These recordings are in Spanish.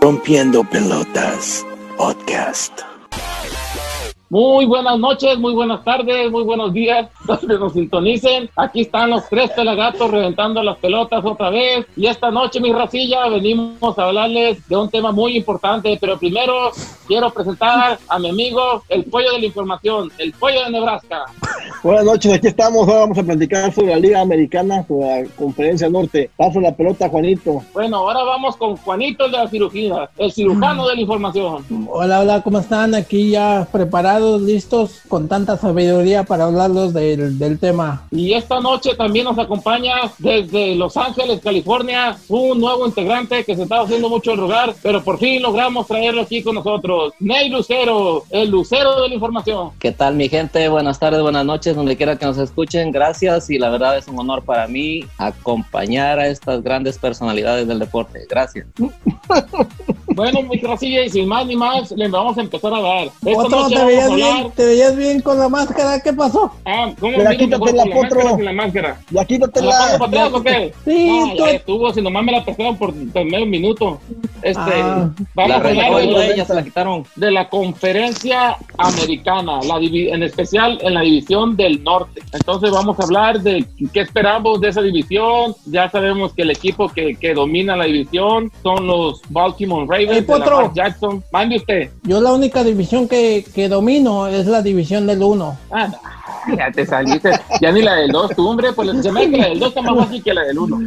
Rompiendo Pelotas Podcast. Muy buenas noches, muy buenas tardes, muy buenos días, donde nos sintonicen. Aquí están los tres pelagatos reventando las pelotas otra vez. Y esta noche, mi racilla, venimos a hablarles de un tema muy importante. Pero primero quiero presentar a mi amigo, el pollo de la información, el pollo de Nebraska. Buenas noches, aquí estamos. Ahora vamos a platicar sobre la Liga Americana, sobre la Conferencia Norte. Pasa la pelota, Juanito. Bueno, ahora vamos con Juanito, el de la cirugía, el cirujano de la información. Hola, hola, ¿cómo están? Aquí ya preparados, listos, con tanta sabiduría para hablarlos del, del tema. Y esta noche también nos acompaña desde Los Ángeles, California, un nuevo integrante que se estaba haciendo mucho el lugar, pero por fin logramos traerlo aquí con nosotros. Ney Lucero, el Lucero de la información. ¿Qué tal mi gente? Buenas tardes, buenas noches, donde quiera que nos escuchen. Gracias y la verdad es un honor para mí acompañar a estas grandes personalidades del deporte. Gracias. Bueno, mi racilla, y sin más ni más, le vamos a empezar a dar. Esta Otro, noche vamos te a veías hablar. bien, te veías bien con la máscara, ¿qué pasó? Ah, ¿cómo Pero miro quítate mejor la con potro. máscara sin la máscara? Ya ¿Me Ah, la pongo para quítatela. atrás o qué? Sí, no, tú- ya estuvo, si nomás me la prestaron por por medio minuto. Este, Ah. La vamos a arregló hablar el de, güey, ya se la quitaron. de la conferencia americana, la divi- en especial en la división del norte. Entonces vamos a hablar de qué esperamos de esa división. Ya sabemos que el equipo que, que domina la división son los Baltimore Ravens, Ey, de potro. Lamar Jackson. Mande usted. Yo la única división que, que domino es la división del 1. Ah, no, ya te saliste. Ya ni la del 2, tú, hombre. Pues se me hace que la del 2 está más fácil que la del 1.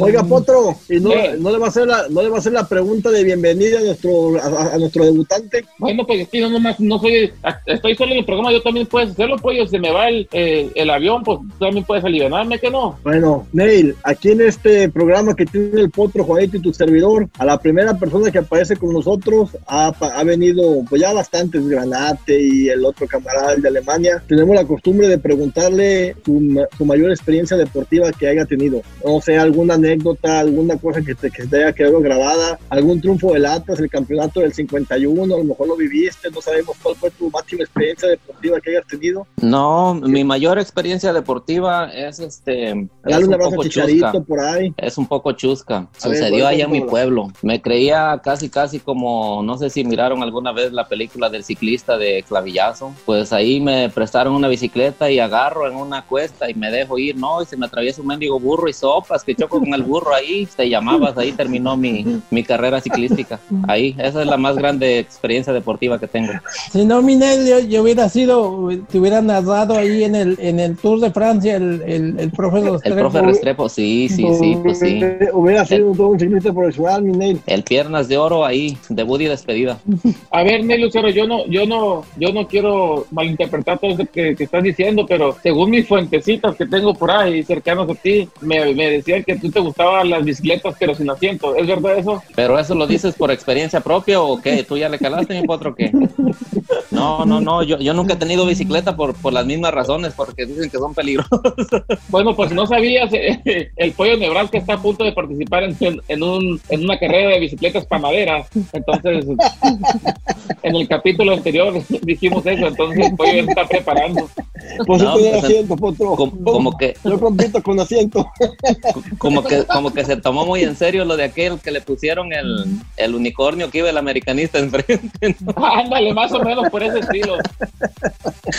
Oiga, Potro, ¿y no, Eh. no le va a hacer la, no le va a hacer la pregunta de bienvenida a nuestro, a, a nuestro debutante? Bueno, pues es que yo nomás no soy. ah, Estoy solo en el programa, yo también puedes hacerlo, pues. yo, Se me va el, eh, el avión, pues tú también puedes aliviarme, que no. Bueno, Neil, aquí en este programa que tiene el Potro, Juanito y tu servidor, a la primera persona que aparece con nosotros ha, pa- ha venido pues ya bastantes, Granate y el otro camarada el de Alemania. Tenemos la costumbre de preguntarle su, ma- su mayor experiencia deportiva que haya tenido. No sé, alguna anécdota, alguna cosa que te, que te haya quedado grabada, algún triunfo del Atlas, el campeonato del 51, a lo mejor lo viviste, no sabemos cuál fue tu máxima experiencia deportiva que hayas tenido. No, mi mayor experiencia deportiva es este. Es Dale un un abrazo a poco chusca. Chicharito por ahí. Es un poco chusca. A ver, Sucedió cuéntame allá en mi cómo la- pueblo. Me creía casi, casi como, no sé si miraron alguna vez la película del ciclista de clavillazo. Pues ahí me prestaron una bicicleta y agarro en una cuesta y me dejo ir, ¿no? Y se me atraviesa un mendigo burro y sopas que choco con el burro ahí. Te llamabas, ahí terminó mi, mi carrera ciclística. Ahí, esa es la más grande experiencia deportiva que tengo. Si no, Minel, yo, yo hubiera sido, te hubieran narrado ahí en el, en el Tour de Francia el, el, el profe El Restrepo. profe Restrepo, sí, sí, sí, pues sí. Hubiera sido todo un ciclista profesional, mi Neil. El piernas de oro ahí, debut y despedida. A ver, Ney Lucero, yo no, yo no, yo no quiero malinterpretar todo lo que, que estás diciendo, pero según mis fuentecitas que tengo por ahí cercanas a ti, me, me decían que tú te gustaban las bicicletas, pero sin asiento. ¿Es verdad eso? ¿Pero eso lo dices por experiencia propia o qué? ¿Tú ya le calaste mi potro o qué? No, no, no, yo, yo nunca he tenido bicicleta por, por las mismas razones, porque dicen que son peligrosas. Bueno, pues si no sabías, eh, el pollo de Nebraska está a punto de participar en, en un, en una carrera de bicicletas para madera. Entonces, en el capítulo anterior dijimos eso, entonces el pollo ya se está preparando. Pues yo No, tenía pues, asiento, Potro. Como, como que, Yo compito con asiento. como, que, como que se tomó muy en serio lo de aquel que le pusieron el, el unicornio que iba el americanista enfrente. ¿no? Ándale, más o menos por ese estilo.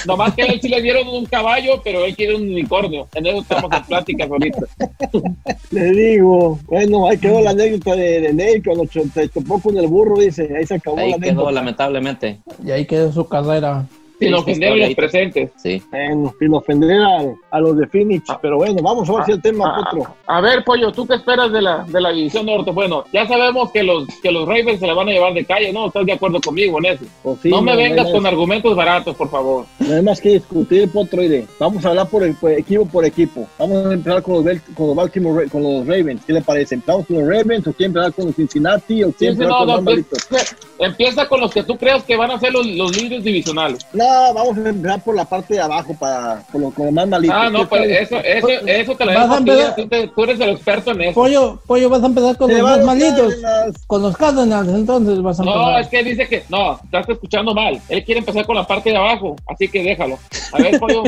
Nomás que a él sí le dieron un caballo, pero él quiere un unicornio. En eso estamos en pláticas ahorita. Le digo, bueno, ahí quedó la anécdota de, de Neil cuando ch- te topó con el burro, dice, ahí se acabó Ahí la quedó, anécdota. lamentablemente. Y ahí quedó su carrera. Sin Triste ofender a los historia. presentes. Sí. Bueno, sin ofender a, a los de Phoenix, Ah. pero bueno, vamos a ver si el tema, Ah, Potro. A ver, Pollo, ¿tú qué esperas de la, de la división norte? Bueno, ya sabemos que los, que los Ravens se la van a llevar de calle, ¿no? ¿Estás de acuerdo conmigo en eso? Pues sí, no me hay vengas más- con argumentos baratos, por favor. No hay más que discutir, Potro, y de- vamos a hablar por, el- por equipo por equipo. Vamos a empezar con los, Bel- con los Baltimore, Ra- con los Ravens, ¿qué le parece? ¿Empezamos con los Ravens o quién empezar con los Cincinnati o Sí, quién sí, no, pues, empezar con no, los Malitos? empieza con los que tú creas que van a ser los, los líderes divisionales. No, está, vamos a empezar por la parte de abajo, para, por lo, con lo más malito. Ah, no, pues eso, eso, eso te lo Vas dejo a a ti, empezar- a ti te- tú eres el experto en eso. Pollo, pollo, vas a empezar con Se los va más los malitos. Cardinals. Con los Cardinals, entonces vas a No, empezar. es que dice que, no, estás escuchando mal. Él quiere empezar con la parte de abajo, así que déjalo. A ver, pollo,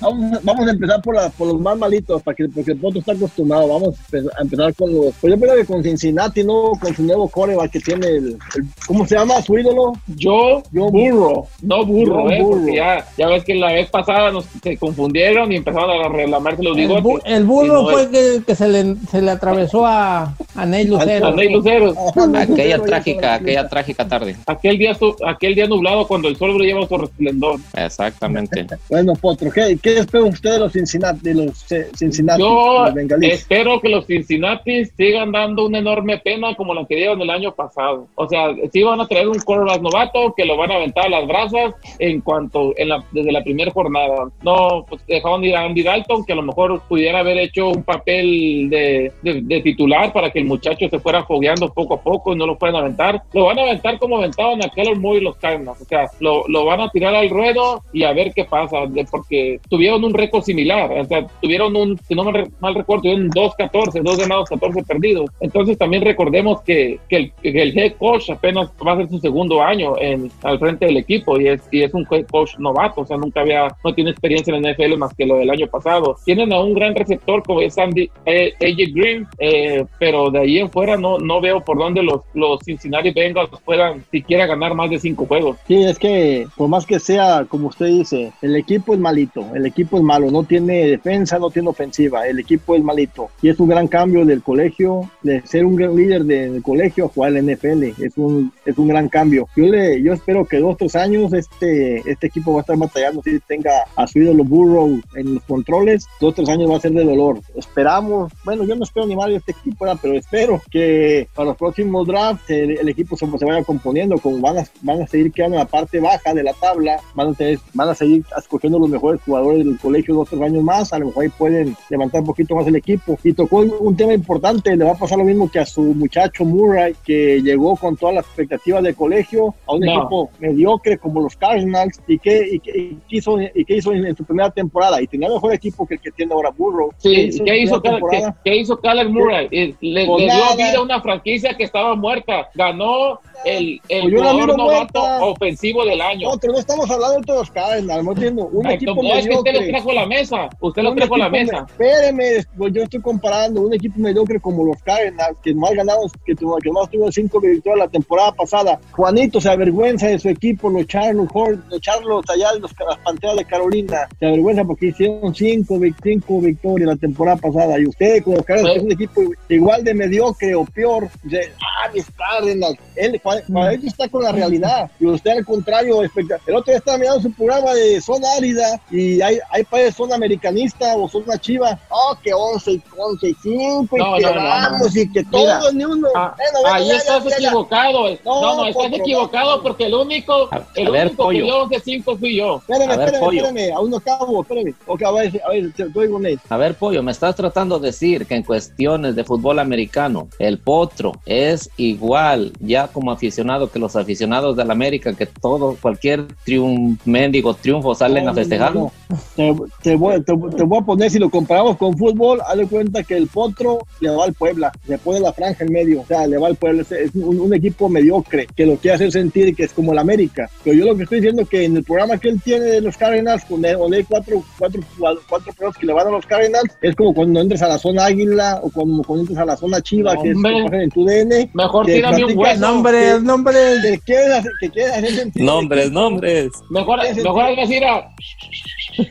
Vamos, a- vamos a empezar por, la, por los más malitos, para que, porque el voto está acostumbrado. Vamos a empe- a empezar con los. Pues yo creo que con Cincinnati, ¿no? Con su nuevo coreback que tiene el, el- ¿Cómo se llama su ídolo? yo, Yo- burro, no burro, Yo eh, burro. porque ya, ya ves que la vez pasada nos se confundieron y empezaron a relamarse los El, bigotes. bu- el burro Y no fue es- que, que se, le, se le atravesó a, a Ney Lucero. a Ney Lucero. Aquella trágica, aquella trágica tarde. Aquel día, su- aquel día nublado cuando el sol brillaba su resplendor. Exactamente. Bueno, Potro, ¿qué, qué esperan ustedes de los Cincinnati? De los eh, Cincinnati Yo los bengalíes? espero que los Cincinnati sigan dando una enorme pena como la que dieron el año pasado. O sea, sí van a traer un quarterback novato que lo van a aventar a las brasas en cuanto en la- desde la primera jornada. No, pues dejaron ir a Andy Dalton que a lo mejor pudiera haber hecho un papel de, de- de titular para que el muchacho se fuera fogueando poco a poco y no lo puedan aventar. Lo van a aventar como aventaban a Keller Moore y los Cardinals. O sea, lo, lo van a tirar al ruedo y a ver qué pasa, de- porque tuvieron un récord similar. O sea, tuvieron un, si no me re- mal recuerdo, tuvieron 2-14, 2 ganados, 14 perdidos. Entonces también recordemos que, que el, que el head coach apenas va a ser su segundo año en, al frente del equipo y es, y es un head coach novato, o sea, nunca había, no tiene experiencia en la NFL más que lo del año pasado. Tienen a un gran receptor como es Andy, eh, AJ Green, eh, pero de ahí en fuera no, no veo por dónde los, los Cincinnati Bengals puedan siquiera ganar más de 5 juegos. Sí, es que por más que sea, como usted dice, el equipo es malito, el equipo es malo, no tiene defensa, no tiene ofensiva, el equipo es malito. Y es un gran cambio del colegio, de ser un gran líder del colegio a jugar en NFL, es un, es un gran cambio. Yo le, yo espero que dos, tres años este, este equipo va a estar batallando, si tenga a su ídolo Burrow en los controles, dos, tres años va a ser de dolor. Esperamos, bueno, yo no espero ni mal de este equipo, ¿verdad? pero espero que para los próximos drafts el, el equipo se, se vaya componiendo, como van a, van a seguir quedando en la parte baja de la tabla, van a, tener- van a seguir escogiendo los mejores jugadores del colegio dos tres años más, a lo mejor ahí pueden levantar un poquito más el equipo. Y tocó un, un tema importante, le va a pasar lo mismo que a su muchacho Murray, que llegó con todas las expectativas del colegio a un No. equipo mediocre como los Cardinals, y qué, y qué- y qué hizo, y qué hizo en, en su primera temporada, y tenía mejor equipo que el que tiene ahora Burrow. Sí, ¿qué en su hizo, Cal- primera qué, temporada? qué hizo Kyler Murray? Eh, Le, Pues le dio nada. vida a una franquicia que estaba muerta. Ganó el, el Pues yo la jugador miro novato muerta. ofensivo del año. Ah, Otro, no estamos hablando de todos los Cardinals, no entiendo. Un Ay, equipo no, es que usted lo mediocre. este trajo a la mesa. Usted lo Un trajo a la equipo me- mesa. Espéreme, pues yo estoy comparando un equipo mediocre como los Cardinals, que más ganados, que, tu- que más tuvo cinco victorias la temporada pasada. Juanito se avergüenza de su equipo, los Charlos, Horn- los Charlos allá, los, las Panteras de Carolina, se avergüenza porque hicieron cinco, vic- cinco victorias la temporada pasada. Y usted con los Pues, Cardinals, que es un equipo igual de mediocre o peor, dice, ah, mis Cardinals. Él, Juan- Mm. Juanito está con la realidad. Y usted al contrario, especta- el otro día estaba mirando su programa de zona árida y hay, hay países zona americanista o zona chiva. Oh, que 11 y 11 y 5 y No, que no, no, vamos no, no. y que Mira, todos ni uno. Ah, Bueno, bueno, ahí ya, ya, estás ya, ya. equivocado. No, No, no, estás Potro, equivocado no. porque el único, A- a el ver, único que pollo. dio 11-5 fui yo. Espérame, A ver, espérame, pollo. espérame, aún no acabo, espérame. Ok, a ver, a ver, te- e. te oigo, Nate. A ver, Pollo, me estás tratando de decir que en cuestiones de fútbol americano, el potro es igual ya como aficionado que los aficionados del América, que todo, cualquier triunfo, mendigo triunfo salen a festejar. No, no, no. Te, te voy, te- te voy a poner, si lo comparamos con fútbol, haz de cuenta que el Potro le va al Puebla, le pone la franja en medio, o sea, le va al Puebla, es, es un, un equipo mediocre que lo quiere hacer sentir que es como el América. Pero yo lo que estoy diciendo es que en el programa que él tiene de los Cardinals, con él, donde hay cuatro, cuatro, cuatro, pruebas que le van a los Cardinals, es como cuando entras a la zona Águila o cuando, cuando entras a la zona Chiva, que es que Hombre. cogen en tu DN. Mejor Que tírame un platica- hueso. Nombre, nombre. Que quieres hacer, que quieres hacer sentir Nombres, nombres. Mejor, ese sí. mejor ah, hazme ir a-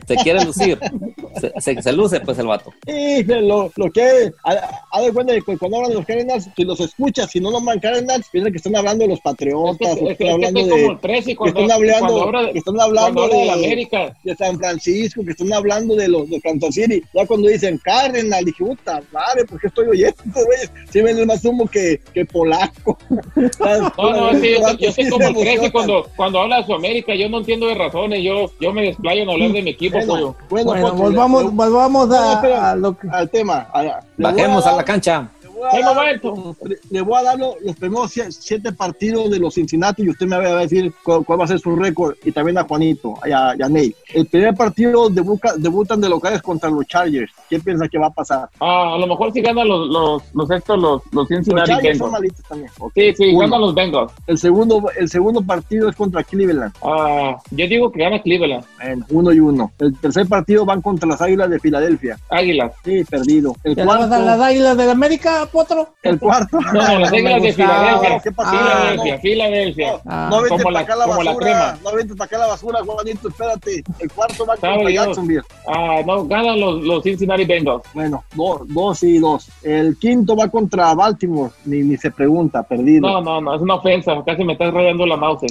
Se quiere lucir. Se, se- se luce, pues, el vato. Sí, lo, lo que a- a de cuenta de que cuando hablan de los Cardinals, si los escuchas, si no nombran Cardinals, piensan que están hablando de los Es que, Patriotas, es o que- que es que están hablando estoy como el de, precio que cuando, están cuando hablando, habla que de, están cuando hablando habla de la de, América. de San Francisco, que están hablando de los de Kansas City. Ya cuando dicen Cardinals, dije, puta madre, ¿por qué estoy oyendo? güey? Sí, venden más humo que, que polaco. Ah, No, no, sí, yo, yo soy Sí, como se el Cresci emocionan. cuando, cuando habla de su América, yo no entiendo de razones, yo, yo me desplayo en hablar de mi equipo, pollo. Bueno, bueno, pues, Bueno, Potro, volvamos, le- volvamos No, a, espera. a lo que. al tema. a- le voy Bajemos a dar- la cancha. Le voy voy a ¡Qué dar- momento! le- le voy a dar lo- los primeros sie- siete partidos de los Cincinnati y usted me va a decir cuál, cuál va a ser su récord y también a Juanito y a, y a Nate. El primer partido debuca- debutan de locales contra los Chargers. ¿Qué piensa que va a pasar? Ah, a lo mejor si ganan los, los, los estos, los, los Los Cincinnati Chargers son Bengals. malitos también. ok. Sí, sí, Uno. ganan los Bengals. El segundo, el segundo partido es contra Cleveland. Ah, yo digo que gana Cleveland, Bueno, uno y uno. El tercer partido van contra las Águilas de Filadelfia. Águilas. Sí, perdido. El ¿Te la vas a las cuarto. águilas del América, Potro? El cuarto. No, las me Águilas de gustaba. Filadelfia. ¿Qué pasó? Filadelfia, Ah, Filadelfia. Ah, no vente como para la- acá la como la basura. crema. No vente para acá la basura, Juanito. Espérate. El cuarto va Sabe contra Dios. Jacksonville. Ah, no, ganan los, los Cincinnati Bengals. Bueno, dos, dos y dos. El quinto va contra Baltimore. Ni, ni se pregunta, perdido. No, no, no, es una ofensa. Casi me estás rayando la mouse.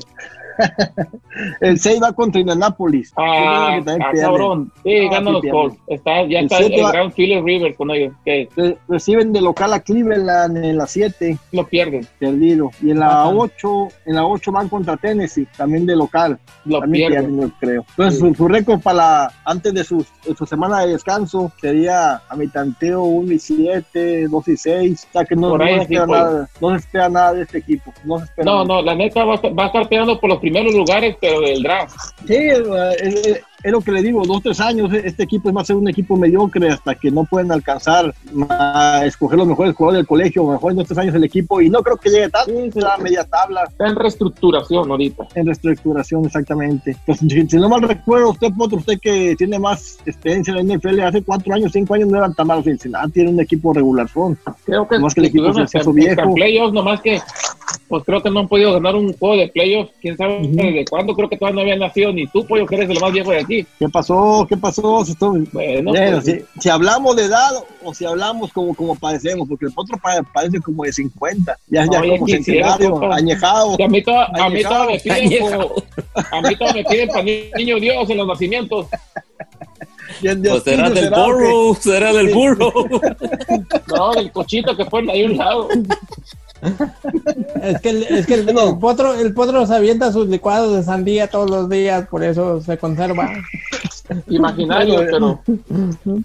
El seis va contra Indianapolis. Ah, Yo creo que también ah, pierden. cabrón. Sí, No, ganan sí los pierden. Colts. Está, ya El está siete el va- gran Philip Rivers con ellos. Que Re- Reciben de local a Cleveland en la siete. lo pierden. perdido. Y en la Ajá. 8, en la 8 van contra Tennessee, también de local. Lo también pierden. pierden, yo creo. Entonces, su, su récord para la- antes de su, de su semana de descanso sería a mi tanteo 1 y 7, 2 y 6. O sea que no, Por no ahí se así, espera pues. nada, no se espera nada de este equipo. No, se espera No, nada. no, la neta va a, estar, va a estar peleando por los primeros lugares, pero del draft. Sí, es, es- es lo que le digo, dos, tres años, este equipo es más ser un equipo mediocre hasta que no pueden alcanzar a escoger los mejores jugadores del colegio, mejor en dos, tres años el equipo, y no creo que llegue tanto, será media tabla, Está en reestructuración ahorita. En reestructuración, exactamente. Pues, si, si no mal recuerdo, usted, Potro, usted que tiene más experiencia en la NFL, hace cuatro años, cinco años no eran tan malos. Cincinnati era un equipo regular. Son. Creo que, Nomás que el equipo estuvieron se hasta- hizo hasta viejo. playoffs, nomás que pues creo que no han podido ganar un juego de playoffs. Quién sabe desde cuándo, creo que todavía no habían nacido ni tú, pollo, que eres el más viejo de aquí. ¿Qué pasó? ¿Qué pasó? Si, esto- Bueno, Bueno, pues, si, si hablamos de edad o si hablamos como, como parecemos, porque el Potro pa- parece como de 50, ya, ya No, ya como quisiera, centenario, compa. añejado. que a mí toda, a mí toda me piden, Añejado. como- a mí toda me piden para niño Dios en los nacimientos. ya- ya- Pues será ya- del será que- burro, será del burro. No, del cochito que ponen ahí a un lado. Es que, el, es que el, No. el potro, el potro se avienta sus licuados de sandía todos los días, por eso se conserva. Imaginario, pero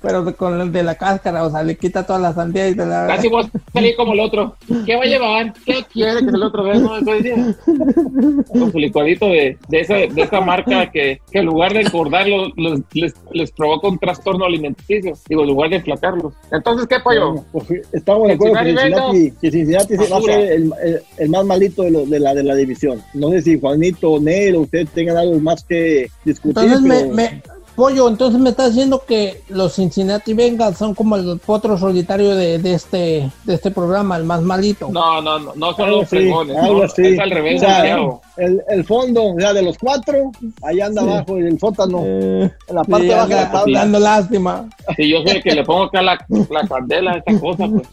Pero con el de la cáscara, o sea, le quita toda la sandía y te la. casi voy a salir como el otro. ¿Qué va a llevar? ¿Qué quiere que se lo otro vez? No, Entonces, sí, Con su licuadito de, de, esa, de esa marca que, que en lugar de engordarlos los- les, les provoca un trastorno alimenticio. Digo, en lugar de flacarlos. Entonces, ¿qué pollo? Pues, Estamos de acuerdo que Cincinnati Cincinnati, que Cincinnati va a ser el, el- el más malito de, lo- de la, de la división. No sé si Juanito, Nel o ustedes tengan algo más que discutir. Entonces me, pero- me- pollo, entonces me está diciendo que los Cincinnati Bengals son como el potro solitario de, de este de este programa, el más malito. No, no, no, no son algo los así, fregones. algo no, así. Es al revés, O sea, Santiago. el, el fondo, o sea, de los cuatro, ahí anda abajo, en el sótano, Eh, en la parte sí, baja de anda- la tabla. dando lástima. Si yo soy el que le pongo acá la, la candela a esta cosa, pues.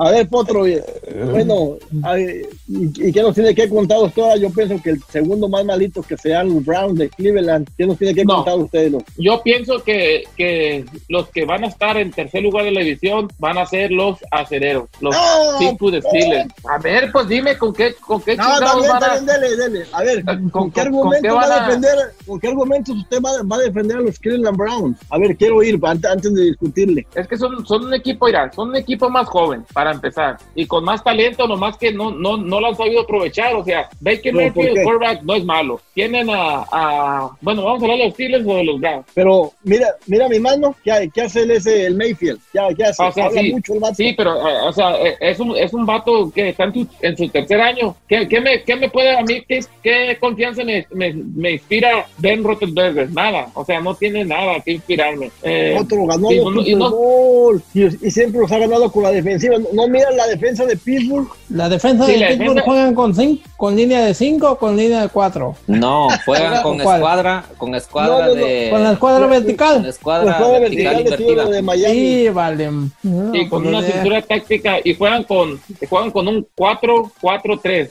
A ver, Potro, eh, bueno, a ver, ¿y, y qué nos tiene que contar usted ahora? Yo pienso que el segundo más malito que sean los Browns de Cleveland, ¿qué nos tiene que No. contar ustedes? los- Yo pienso que, que los que van a estar en tercer lugar de la división van a ser los acereros, los ¡No! Pittsburgh Steelers. A ver, pues dime con qué, con qué No, chingados está bien, van a- Eh, está bien, dele, dele. A ver, ¿Con- con- ¿con, qué con qué argumento van va a a- defender? ¿Con qué argumentos usted va, va a defender a los Cleveland Browns? A ver, quiero oír pa- ante- antes de discutirle. Es que son, son un equipo, irá, son un equipo más joven, para empezar, y con más talento, nomás que no, no, no lo han sabido aprovechar. O sea, Baker No, ¿por Mayfield, qué? el quarterback, no es malo. Tienen a, a- Bueno, vamos a hablar de los Steelers o de los Browns. Pero mira, mira mi mano, ¿qué, hay? ¿Qué hace el, ese, el Mayfield? ¿Qué, qué hace? O sea, Ah, Habla Ah, sí, mucho el vato. Sí, pero, eh, o sea, eh, es un, es un vato que está en su, en su tercer año. ¿Qué, qué me, qué me puede a mí? ¿Qué, qué confianza me, me, me inspira Ben Roethlisberger? Nada. O sea, no tiene nada que inspirarme. Eh, Otro ganó sí, dos no- y Super no- Bowl. y, y siempre los ha ganado con la defensiva. No, no mira la defensa de Pittsburgh. pues, La defensa Sí, de la Pittsburgh defensa- juegan con cin- con línea de 5 o con línea de 4. No, juegan con ¿Cuál? escuadra, con No, escuadra no, no, Eh, de. con la escuadra con vertical. Los escuadra juegos vertical verticales tiene invertida. lo de Miami. Sí, vale. Ah, pues, y con No, una ni idea. cintura táctica y juegan con juegan con un 4-4-3.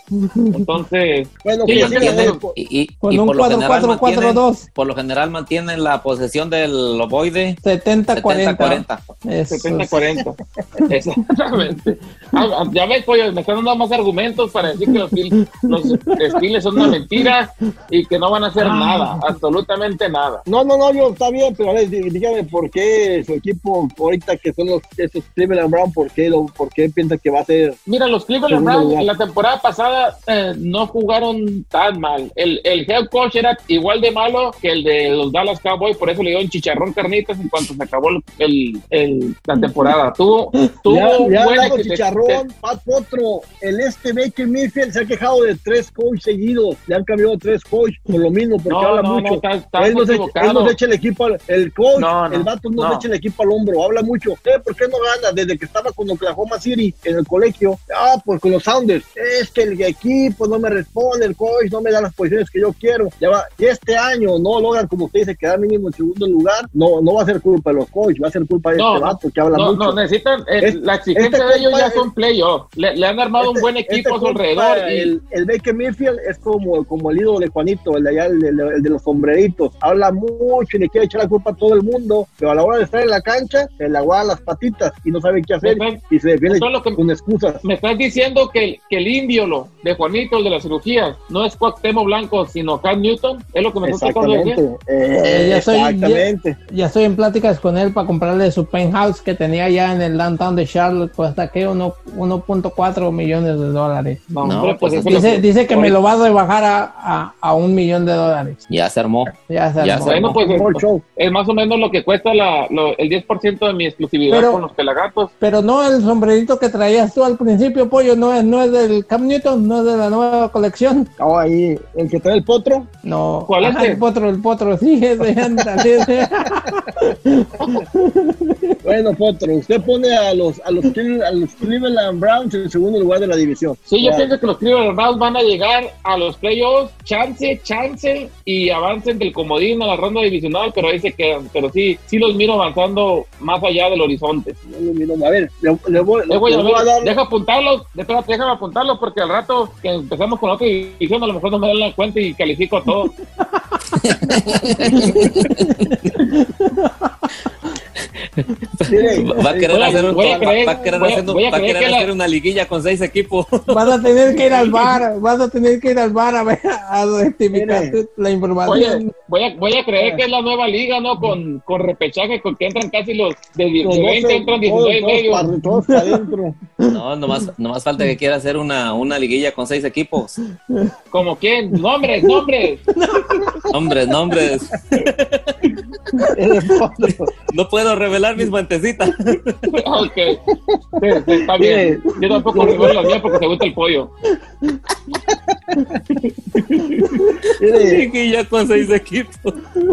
Entonces, Bueno, Sí, que yo sí, entiendo. ganó. Y, y- Con y un por, lo general 4-4-4-2. mantienen, por lo general mantienen la posesión del ovoide 70-40. 70-40. Eso, 70-40. Exactamente. Ah, ah, ya ves, pollo, me están dando más argumentos para decir que los, Phil- los Steelers son una mentira y que no van a hacer Ah. nada, absolutamente nada. No, no, no, yo está bien, pero a ver, dí- dígame por qué su equipo ahorita que son los esos Cleveland Brown, ¿por qué, lo, por qué piensa que va a ser? Mira, los Cleveland Segundo Browns lugar. la temporada pasada eh, no jugaron tan mal. El, el head coach era igual de malo que el de los Dallas Cowboys, por eso le dieron chicharrón carnitas en cuanto se acabó el, el- el- la temporada. Tuvo, tuvo Ya, un ya buen Lago ex- Chicharrón, Pat Potro, el este Baker Mayfield se ha quejado de tres coaches seguidos, le han cambiado tres coaches por lo mismo, porque No, habla no, no, mucho. estás- estás él, nos echa, equivocado. él nos echa el equipo, al- el coach, No, no, el vato nos no. echa el equipo al hombro, habla mucho. Eh, ¿Por qué no gana? Desde que estaba con Oklahoma City en el colegio, ah, pues con los Sounders, es que el equipo no me responde, el coach no me da las posiciones que yo quiero. Ya va. Y este año no logran, como usted dice, quedar mínimo en segundo lugar, no, no va a ser culpa de los coaches, va a ser culpa de No, este no, vato que habla No, mucho. no, necesitan, eh, Es- la exigencia este de ellos ya compa- son playoffs. Le, le han armado un Este- buen este equipo a su compa, alrededor. y- El, el Baker Mayfield es como, como el ídolo de Juanito, el de allá, el de, el de los sombreritos. Habla mucho y le quiere echar la culpa a todo el mundo, pero a la hora de estar en la cancha, se le aguada las patitas y no sabe qué hacer Perfecto. y se defiende Eso es lo que- con excusas. Me estás diciendo que, el- que el indiolo de Juanito, el de las cirugías, no es Cuauhtémoc Blanco, sino Cam Newton. Es lo que me estás tratando de decir. Exactamente. eh, Eh, ya soy- ya- exactamente. Ya estoy en pláticas con él para comprarle su penthouse que tenía ya en el downtown de Charlotte, cuesta que uno- 1.4 millones de dólares. No, No, hombre, pues pues eso es lo Dice, que- dice que me lo va a rebajar a, a, a un millón de dólares. Ya se armó. Ya se Ya armó. se Bueno, pues Por es, show. es más o menos lo que cuesta la, lo- el 10% de mi exclusividad Pero- con los pelagatos. Pero no el sombrerito que traías tú al principio, pollo, no es, no es del Cam Newton, no es de la nueva colección. Oh, ahí, el que trae el potro, No, ¿Cuál este? es Ajá, ese? el potro, el potro, sí, ese, ándale, ese. bueno, potro, usted pone a los, a los, Cle- a los Cleveland Browns en segundo lugar de la división. Sí, yo Ya. pienso que los Cleveland Browns van a llegar a los playoffs, chance, chance, y avancen del comodín a la ronda divisional, pero ahí se quedan. Pero sí, sí los miro avanzando más allá del horizonte. No, no, no, A ver, le, le voy, Eh, güey, le a voy a ver, dar deja apuntarlos, espérate, déjame apuntarlos porque al rato que empezamos con otra división a lo mejor no me dan la cuenta y califico a todos. Mire, Va a querer Voy a- hacer un- voy a va- creer- va a querer voy a- hacer un- voy a va a creer querer que la- hacer una liguilla con seis equipos. Vas a tener que ir al bar, vas a tener que ir al bar a ver, a rectificar Mire. la información. Oye, voy a, voy a Ah. creer que es la nueva liga, ¿no? Con, con repechaje, con que entran casi los de, die- Los de 12, 20, entran todos- 19 y todos medio. para- Todos para adentro. No, nomás, nomás falta que quiera hacer una, una liguilla con seis equipos. ¿Como quién? Nombres, nombres. Nombres, nombres. No puedo revelar mis mantecitas. ok. Sí, sí, está bien. Yo tampoco recuerdo la mía porque se gusta el pollo. Mire, Liguilla con seis equipos.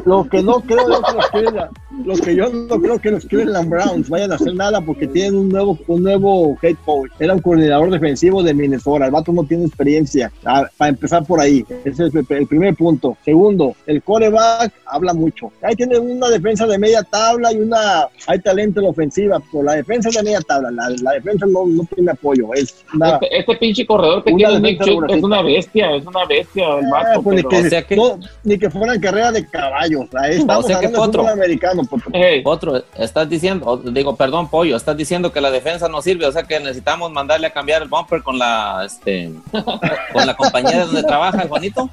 lo que no creo es que los Cleveland- lo que yo no creo que los Cleveland Browns vayan a hacer nada porque tienen un nuevo, un nuevo head coach. Era un coordinador defensivo de Minnesota. El vato no tiene experiencia. Ah, para empezar por ahí. Ese es el, el primer punto. Segundo, el coreback habla mucho. Ahí tienen una defensa de media tabla y una hay talento en la ofensiva, pero la defensa es de media tabla. La, la defensa no, no tiene apoyo. Es nada. Este, este pinche corredor que Una tiene el Nick defensa Chubb regular. es una bestia, es una bestia el Ah, mato. pero- pues, ni, que, o sea que- no, ni que fueran carreras de caballos. Ahí estamos sea que hablando de potro. fútbol americano. pues, potro. Ey, Otro, estás diciendo, o- digo, perdón, pollo, estás diciendo que la defensa no sirve, o sea que necesitamos mandarle a cambiar el bumper con la, este, con la compañera donde trabaja el Juanito.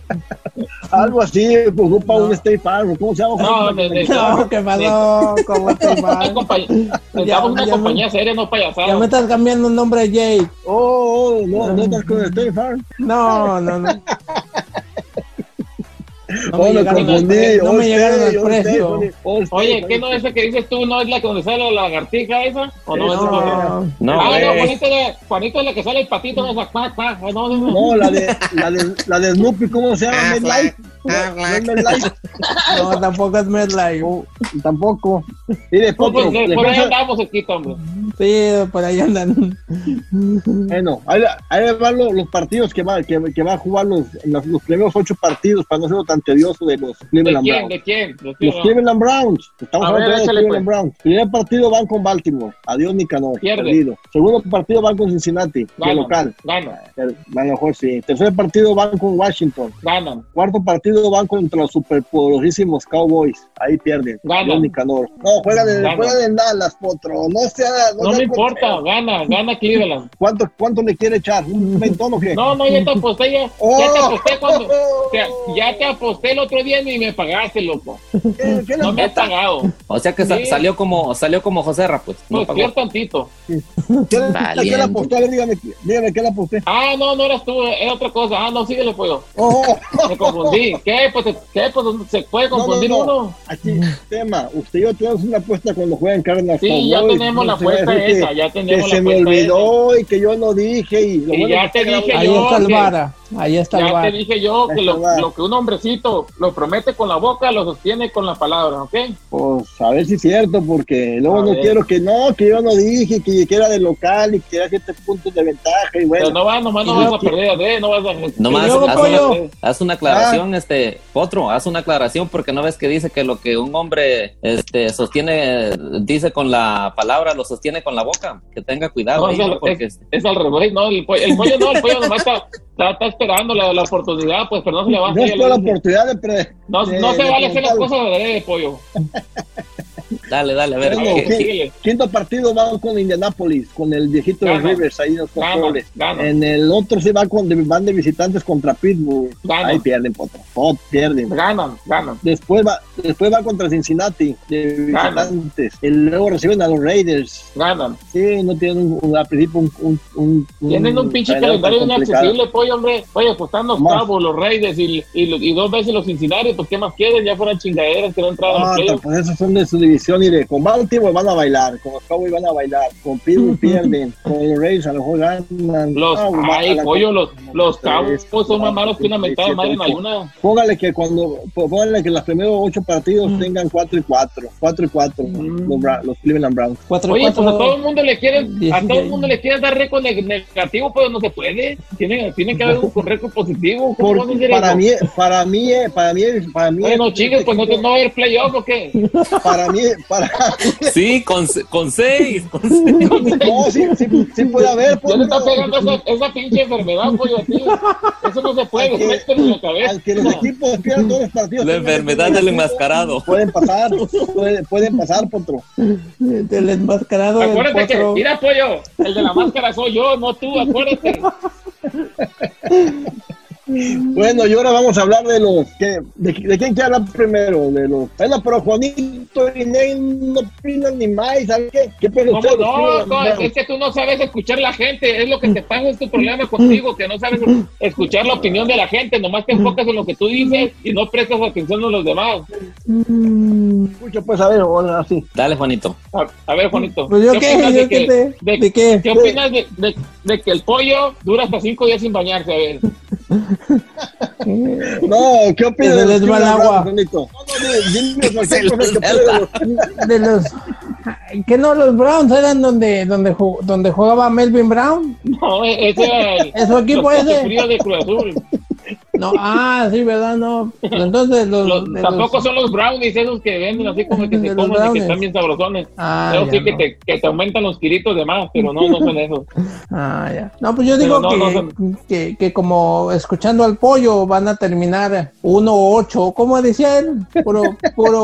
Algo así, pues, ocupa un State Farm. ¿Cómo se llama? No, de- de- No, ¿qué pasó? ¿Cómo te una va? compañ- Necesitamos una ya me- compañía seria, no Ya me payasadas. estás cambiando el nombre, Jake. Oh, oh, no, no estás con el State Farm. No, no, no. No oh, me llegaron al confundí. pre- no All me llegaron State, al All State, precio. All- All State, Oye, All ¿qué no es State. esa que dices tú? ¿No es la que donde sale la lagartija esa? ¿O no, Esa es esa? No, No, ah, no, güey. Juanito, era- Juanito es la que sale el patito de esa cuac, cuac. No, no, no. No, la de, la, de, la de Snoopy, ¿cómo se llama? Medlife. No, no es Medlife. no, tampoco es Medlife. Tampoco. Y de No, potro. pues, eh, por ahí defensa- andamos aquí, hombre. Sí, por ahí andan. Bueno, ahí, ahí van los, los partidos que va, que, que va a jugar los, los, los primeros ocho partidos para no ser tan tedioso de los ¿De Cleveland quién? Browns. ¿De quién? ¿De quién? Los Cleveland Browns. Estamos A ver, hablando de los échale, Cleveland pues. Browns. Primer partido van con Baltimore. Adiós, Nicanor. Pierde. Perdido. Segundo partido van con Cincinnati, de Ganan, local. Ganan, Eh, A lo mejor sí. Tercer partido van con Washington. ganan. Cuarto partido van contra los superpoderosísimos Cowboys. Ahí pierden. Ganan. Adiós, Nicanor. No, juegan en, Ganan. juegan en Dallas, potro. No sea, pues, no No me importa, gana, gana Cleveland. ¿Cuánto, ¿Cuánto le quiere echar? ¿Un ventón o qué? No, no, ya te aposté, ya, ya Oh. te aposté cuando, o sea, ya te aposté el otro día y me pagaste, loco. ¿Qué- qué le- No me has pagado. O sea que sa- Sí. salió como salió como José pues. no Pues pagó. peor tantito. qué le- ¿A qué Valiente. le aposté? A ver, dígame, dígame, ¿qué le aposté? Ah, no, no eras tú, es otra cosa. Ah, no, síguele, puedo. Oh, Me confundí. ¿Qué? Pues, te- ¿qué? Pues, se puede No, no, confundir no. uno. Aquí, tema. Usted y yo tenemos una apuesta cuando juegan Cardinals. Sí, ya Cowboys. tenemos la Usted va a apuesta decir que- esa, ya Que tenemos la se me apuesta esa. olvidó y que yo no dije. Y, lo Y bueno ya que te está dije Ahí yo, está el que- vara, ahí está el Ya te vara. dije yo que lo, Eso va. lo que un hombrecito lo promete con la boca, lo sostiene con la palabra, ¿ok? Pues a ver si es cierto, porque luego A no ver. quiero que no, que yo no dije, que, que era de local y que era siete puntos de ventaja y Pero bueno. no vas, nomás no Y vas yo a perder, ¿eh? No vas a... Nomás, Y luego, haz, Pollo. una, haz una aclaración, este, otro, haz una aclaración porque no ves que dice que lo que un hombre este, sostiene, dice con la palabra, lo sostiene con la boca. Que tenga cuidado. No, ahí, o sea, ¿no? eh. porque, este es, es al revés, ¿no? El pollo, el pollo no, el pollo nomás está, está, está esperando la, la oportunidad, pues, pero no se le va a No hacer. es la oportunidad de pre- No, de- no se de vale hacer las preguntar. cosas de adrede, pollo. dale, dale, a ver. A Bueno, ¿qué- ver, sí. síguele. Quinto partido va con Indianapolis, con el viejito de Gana. Rivers ahí en los Gana, controles. gana. En el otro se va con, de- van de visitantes contra Pittsburgh. Gana. Ahí pierden, potro. Oh, pierden. Ganan, ganan. Después va, después va contra Cincinnati de Gana. visitantes. Y luego reciben a los Raiders. Ganan. Sí, no tienen un- un- al principio un, un, un- un Tienen un pinche calendario calendario complicado. inaccesible, pollo, hombre. Oye, pues están los Más. Cabos, los Raiders y, y, los- y dos veces los Cincinnati, pues ¿qué más quieren? Ya fueron chingaderas que no entraron Ah, los playoffs. pues esos son de su división y de con Baltimore van a bailar, con los Cowboys van a bailar, con Pittsburgh pierden, con los Reyes a lo mejor ganan. Los, Ah, va- a ay, la- pollo, los, los tres, Cabos son más cuatro, malos que una cinco, mentada de seis, madre en siete, ocho. alguna. Póngale que cuando, pó- póngale que los primeros ocho partidos tengan 4 y 4, 4 y 4, Mm. los, Bra- los Cleveland Browns. Cuatro, Oye, pues a cuatro, todo el mundo le quieren, a todo el 16. mundo le quieren dar récord neg- negativo, pero no se puede. Tienen, tienen que haber un récord positivo. ¿Cómo Por- vas a hacer para, eso? mí, para mí, eh, para mí, para mí, Oye, no chingues, pues no, te- no va a haber playoff o qué. para mí, para Sí, con, con seis. con seis. no, sí, sí, sí puede haber, pues, Ya le está no. pegando esa, esa pinche enfermedad, pollo, a ti. Eso no se puede, Al que- mételo en la cabeza. al que los equipos pierdan todos los partidos. La tengan que enfermedad tener- del enmascarado. Pueden pasar, pueden, pueden pasar, Potro. del enmascarado del Acuérdate que, potro. mira, pollo, el de la máscara soy yo, no tú, acuérdate. Bueno, y ahora vamos a hablar de los que, de, de quién quiere hablar primero, de los. Bueno, pero Juanito y Ney no opinan ni más, ¿sabes qué? ¿Qué pedo ¿Cómo ustedes, los no? Cleveland co- Browns? Es que tú no sabes escuchar la gente, es lo que te pasa, es tu problema contigo, que no sabes escuchar la opinión de la gente, nomás te enfocas en lo que tú dices y no prestas atención a los demás. Escucha, pues a ver, ahora sí. Dale, Juanito. A, a ver, Juanito. Pues, ¿yo qué? opinas ¿Yo de qué que- te- de- de qué? ¿Qué opinas de, de- de que el pollo dura hasta cinco días sin bañarse? A ver. No, ¿qué opinas Que se de los les va el Cleveland agua. Browns, Juanito? No, no, dime, dime cualquier cosa que les va el puedas. de los que no los Browns eran donde donde ju- donde jugaba Melvin Brown No, e- ese era el, ¿Es su equipo los ese? fríos de Cruz Azul. no ah sí verdad no entonces los, Los- de tampoco los- son los brownies esos que venden así como que De se los comen y que brownies. están bien sabrosones. Ah, Pero ya sí que, no. te, que te aumentan los kilitos de más, pero no, no son esos. ah ya no pues yo digo Pero no, que, no son- que que como escuchando al pollo van a terminar 1-8 como decía él puro puro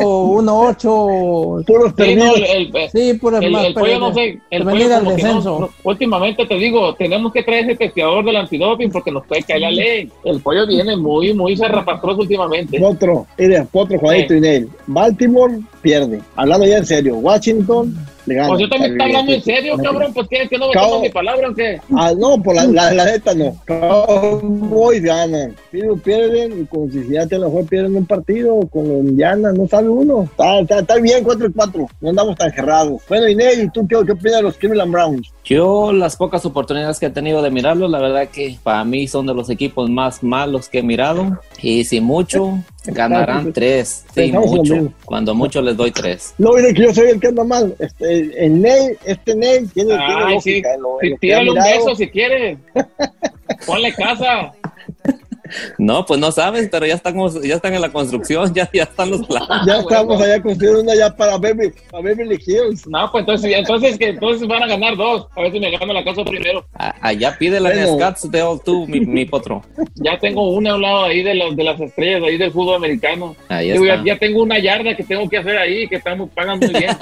Puros 1-8 Sí, no, eh. perdidos. el, el- sí puro el- más el pollo pero no sé, el se pollo van a ir al como que no- descenso no- últimamente te digo, tenemos que traer ese testeador del antidoping porque nos puede caer la ley. El pollo viene muy, muy zarrapastroso últimamente. Potro, mira, Potro, Juanito Sí. y Ney. Baltimore pierde. Hablando ya en serio, Washington le gana. Pues yo también está hablando en serio, cabrón, pues que, que no me Cabo. tomas mi palabra, o qué? Ah, no, por la, la, la neta no. Cowboys ganan. Pittsburgh pierden y con Cincinnati a lo mejor pierden un partido. Con Indiana no sabe uno. Está, está, está bien, 4 y 4. No andamos tan cerrados. Bueno, Inel, ¿tú qué, qué opinas de los Cleveland Browns? Yo las pocas oportunidades que he tenido de mirarlos, la verdad que para mí son de los equipos más malos que he mirado. Y si mucho, ganarán tres. Sí, Pensamos lo mucho. mismo. Cuando mucho les doy tres. No, mire que yo soy el que anda mal. Este, el Ney, este Ney tiene, tiene Ay, sí, lógica. en lo- en sí, lo que ha tírale un mirado. beso si quieres. Ponle casa. No, pues no sabes, pero ya estamos, ya están en la construcción, ya, ya están los planos. Ya Ah, estamos huevo. allá construyendo una ya para Beverly, para Beverly Hills. No, pues entonces, entonces, que, entonces van a ganar dos. A ver si me gano la casa primero. A- Allá pide la Bueno. Scats de All Two, mi, mi potro. Ya tengo una a un lado ahí de, las de las estrellas, ahí del fútbol americano. Ahí Digo, ya, está. ya tengo una yarda que tengo que hacer ahí, que estamos, pagan muy bien.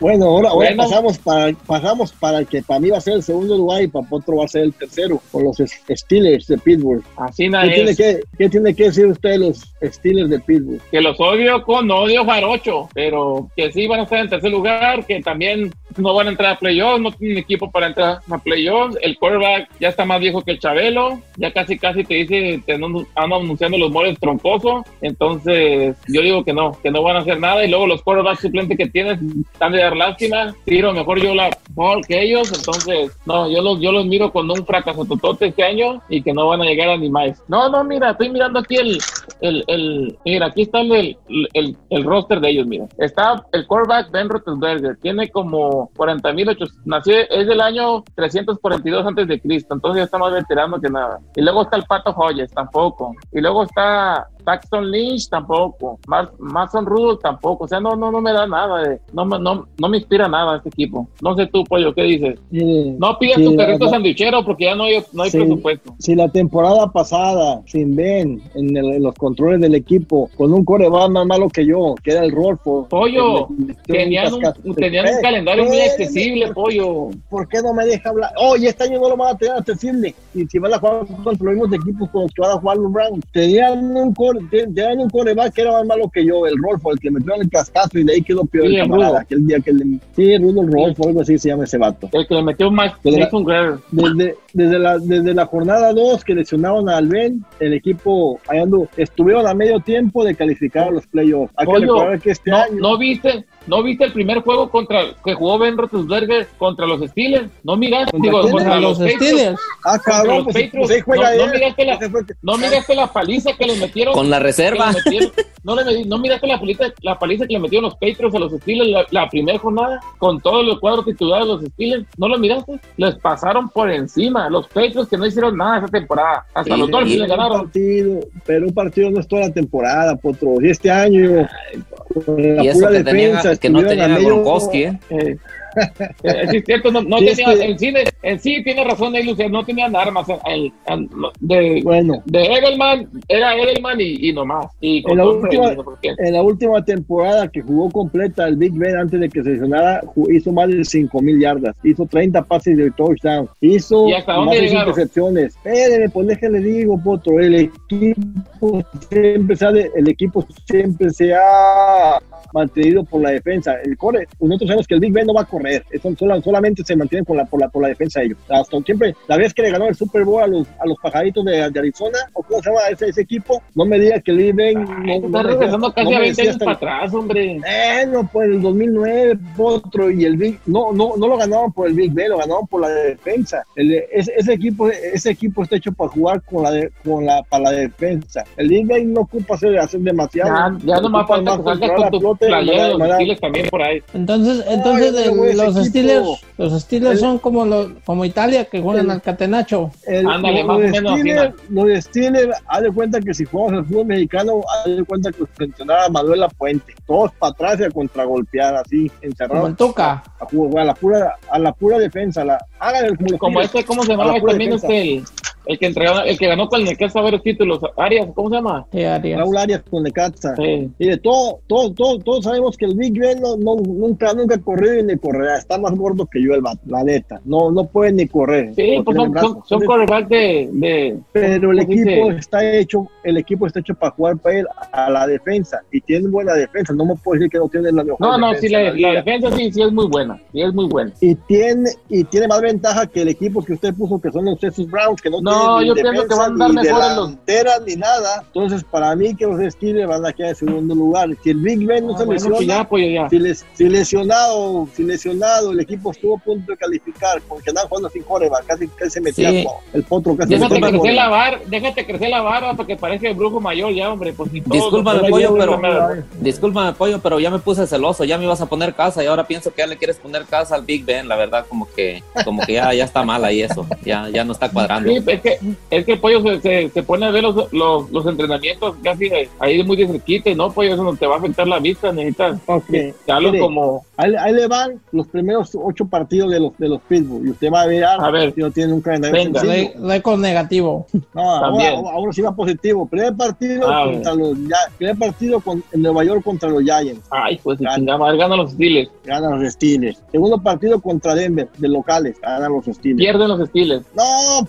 Bueno, ahora, ahora Bueno. pasamos para pasamos para el que para mí va a ser el segundo lugar y para Potro va a ser el tercero, con los es- Steelers de Pittsburgh. Así nada ¿Qué tiene, es. Que... que, ¿Qué tiene que decir usted de los Steelers de Pittsburgh? los odio con odio jarocho, pero que sí van a estar en tercer lugar, que también no van a entrar a playoffs, no tienen equipo para entrar a playoffs. El quarterback ya está más viejo que el Chabelo, ya casi casi te dice, te andan andan anunciando los moles troncosos. Entonces, yo digo que no, que no van a hacer nada. Y luego los quarterbacks suplentes que tienes están de dar lástima. Tiro mejor yo la ball que ellos. Entonces, no, yo los, yo los miro con un fracaso totote este año y que no van a llegar a ni más. No, no, mira, estoy mirando aquí el, el, el mira, aquí está el, el, el roster de ellos, mira. Está el quarterback Ben Roethlisberger, tiene como 40.000, nació, es del año 342 antes de Cristo, entonces ya está más veterano que nada. Y luego está el Pato Hoyes, tampoco. Y luego está Paxton Lynch tampoco, Mar- Mason Rudolph tampoco, o sea, no, no, no me da nada, de- no, me- no, no me inspira nada este equipo. No sé tú, Pollo, ¿qué dices? Mire, No pidas Sí, tu la carrito verdad. sandwichero porque ya no hay, no hay Sí. presupuesto. Si la temporada pasada, sin Ben, en, el- en los controles del equipo, con un coreback más malo que yo, que era el Rolfo. Pollo, que me- que me Tenían un, casca- tenían un Eh, calendario muy espérame, accesible, Pollo. ¿Por qué no me deja hablar? Oye, este año no lo van a tener accesible. Y si van a jugar contra los mismos equipos con los que van a jugar los Browns, tenían un, core, te- tenían un coreback que era más malo que yo, el Rolfo, el que me en el cascazo y de ahí quedó peor Sí, el el camarada. Rudo. Aquel día que le... Sí, Rudo Rolfo, algo así se llama ese vato. El que le metió más Pero- Jason Greer. Desde, desde, la, desde la jornada 2 que lesionaron a Alben, el equipo ahí anduvo. estuvieron a medio tiempo de calificar a los playoffs. Hay que Pollo, recordar que este No, año no viste, no viste el primer juego contra que jugó Ben Roethlisberger contra los Steelers. No miraste, ¿Contra digo, quién? contra Contra los los Steelers. Steelers. Ah, cabrón, los pues, pues, Patriots, ahí juega no- no él. miraste la- Ese fue el que- No miraste la paliza que le metieron. Con la que le reserva. metieron- no, le medi- no miraste la paliza, la paliza que le metieron los Patriots a los Steelers la, la primera jornada con todos los cuadros titulares de los Steelers. ¿No lo miraste? Les pasaron por encima. Los Patriots que no hicieron nada esa temporada. Hasta Sí, los Dolphins sí. le un ganaron. partido, pero un partido no es toda la temporada, Potro. Y este año, con Y la eso pura que, tenían, defensa, a- que no estuvieron tenían a medio- Gronkowski, ¿eh? Eh, eh, sí, es cierto, no, no Sí, tenía, es que- en, sí, de- en sí tiene razón ahí, Lucía, no tenían armas. eh, el- el- de, Bueno, de Edelman, era Edelman y, y nomás. Y En con la todo última- el- porque- en la última temporada que jugó completa el Big Ben antes de que se lesionara, ju- hizo más de 5 mil yardas, hizo 30 pases de touchdown, hizo ¿Y hasta dónde más de llegaron? intercepciones. Espérenme, pues déjenle digo, Potro, el equipo siempre sale, el equipo siempre se ha mantenido por la defensa. El core, nosotros sabemos que el Big Ben no va a correr, Eso sola- solamente se mantienen por la, por la, por la defensa ellos. Hasta siempre, la vez que le ganó el Super Bowl a los, a los pajaritos de, de Arizona, o cómo se llama ese, ese equipo, no me digas que el Big Ben Ay, no- está no me regresando decías- casi no a me 20 decías años tan- para atrás, hombre. Bueno, pues el 2009, otro, y el Big, no, no, no lo ganaban por el Big Ben, lo ganaban por la defensa. El- ese, ese equipo, ese equipo está hecho para jugar con la, de- con la, para la defensa. El Big Ben no ocupa hacer, hacer demasiado. Ya, ya nomás Ocupa falta que controlar salgas la con tu pelota y playera de mandar- los mandar- Steelers también por ahí. Entonces, entonces yo no le el- voy a ese los equipo. Steelers, los Steelers El- son como los, como Italia que juegan El- al catenacho. El- Ándale, lo más o de menos así, Steelers- lo de Steelers, haz de cuenta que si jugamos al fútbol mexicano, haz de cuenta que los entrenaba Manuel La Puente. Todos para atrás y a contragolpear, así, Como encerrados. el Tuca. a, jugar, a la pura, a la pura defensa. La, hagan el- como los Como Tigres. este, ¿cómo se A llamaba? la pura También es defensa. el, el que entregó, el que ganó con el Necaxa varios títulos. Arias, ¿cómo se llama? Eh, Sí, Arias. Raúl Arias con Necaxa. Sí. Mire, todo, todo, todo, todos sabemos que el Big Ben no, no- nunca, nunca ha corrido y ni correrá. Está más gordo que yo el vato, la neta. No, no puede ni correr. Sí, No pues tiene son, brazos. son, son quarterback de, de- Pero ¿cómo el se equipo dice? está hecho, el equipo está hecho para jugar para él a la defensa y tiene buena defensa. No me puedo decir que no tiene la mejor. No, no, defensa sí, en la, la liga. defensa sí, sí es muy buena. Sí es muy buena. y tiene y tiene más ventaja que el equipo que usted puso que son los Texas Browns que no, No, tienen ni yo pienso defensa, que van a andar mejor ni en los- delantera, ni nada entonces para mí que los Steelers van a quedar en segundo lugar si el Big Ben no Ah, se bueno, pues lesiona ya, pues ya. si, les- si lesionado si lesionado el equipo estuvo a punto de calificar porque andaban jugando sin coreback casi casi se metía Sí. con el potro casi se Déjate metía crecer con- la barba, déjate crecer la barba para que parezca el brujo mayor ya, hombre. Pues, si todos- Discúlpame, todos- pollo, todos- pero- Discúlpame, pollo, pero ya me puse celoso. Ya me ibas a poner casa y ahora pienso que ya le quieres poner casa al Big Ben. La verdad, como que, como que ya, ya está mal ahí eso. Ya, ya no está cuadrando. Sí, pues, que, es que el pollo se, se- se pone a ver los, los, los entrenamientos casi de- ahí muy de cerquita y no, pollo, eso no te va a afectar la vista, necesitas Ok. darlo Mire, como... Ahí, ahí le van los primeros ocho partidos de los de los Pittsburgh y usted va a mirar A ver. si no tiene un calendario Venga. sencillo. Le, le con negativo. No, ahora, También. ahora sí va positivo. Primer partido Ah, contra los Ya- primer partido con en Nueva York contra los Giants, Ay, pues si Gana. chingada, ganan los Steelers, ganan los Steelers. Segundo partido contra Denver de locales, ganan los Steelers. pierden los Steelers. No,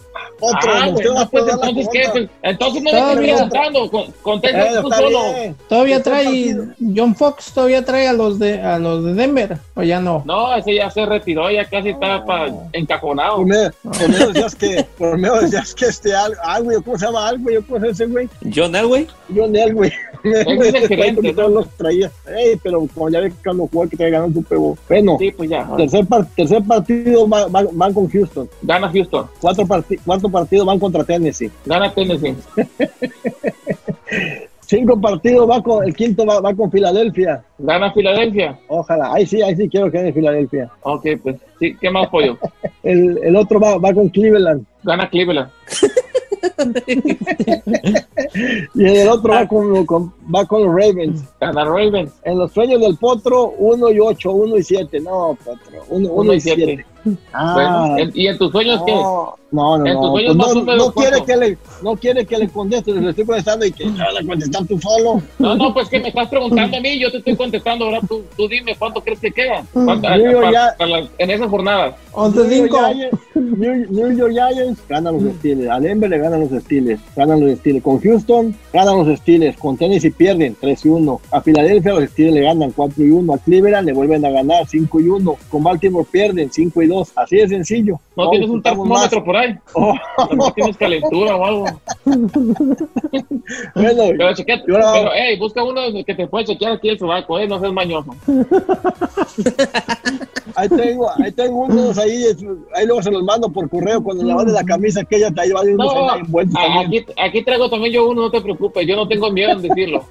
otro. Ah, usted güey, va a no, pues perder la entonces, ¿qué? cuenta. Pues, entonces no Está me estoy bien. preguntando, con- Eh, contesta tú está solo. bien. Todavía Este trae partido- John Fox, todavía trae a los de a los de Denver, o ya no. No, ese ya se retiró, ya casi está pa- encajonado. Por medio, por medio decías que, por medio decías que este Al- Alway, ¿cómo se llama Alway? Yo conozco ese güey. John Elway. John Elway. es el gerente, Todos los traía. Ey, pero como ya ves que cuando juega que trae ganado un Super Bowl. Bueno, Sí, pues ya, tercer, par- tercer partido va- va- van con Houston. gana Houston, Cuatro parti- cuarto partido van contra Tennessee. gana Tennessee, Cinco partidos va con, el quinto va, va con Filadelfia. gana Filadelfia. Ojalá. Ahí sí, ahí sí quiero que gane Filadelfia. Ok, pues, sí, ¿qué más pollo? El, el otro va, va con Cleveland. Gana Cleveland. Y el otro va con, con- va con los Ravens. Gana Ravens. En los sueños del potro, 1 y 8, 1 y 7. No, potro, 1, Uno y y 7. siete. Ah. Bueno, en- ¿Y en tus sueños qué? no, no, no. En tus No, sueños Pues más no, húmedos, no quiere ¿cuánto? que le, no quiere que le conteste, le estoy contestando y que no le contestar tú solo. No, no, pues que me estás preguntando a mí, yo te estoy contestando. Ahora tú, tú dime cuánto crees que queda ¿Cuánto- a- Yo a- ya- para- para las- en esas jornadas. New York 11-5. Giants- New, New York Giants ganan los Steelers. A Denver le ganan los Steelers. Ganan los Steelers. Con Houston ganan los Steelers. Con Tennessee pierden 3 y 1. A Filadelfia los Steelers le ganan 4 y 1. A Cleveland le vuelven a ganar 5 y 1. Con Baltimore pierden 5 y 2. Así de sencillo. ¿No tienes un Oh, estamos más. termómetro por ahí? ¿No tienes calentura o algo? Bueno, Pero chequea, Yo la- pero hey, busca uno que te puede chequear aquí el sobaco, eh, no seas mañoso. ahí tengo, ahí tengo unos ahí. Ahí luego se los mando por correo cuando le mande la camisa que ella trae. Va de unos No, Ah, ahí envueltos a- también. aquí, aquí traigo también yo uno, no te preocupes, yo no tengo miedo en decirlo.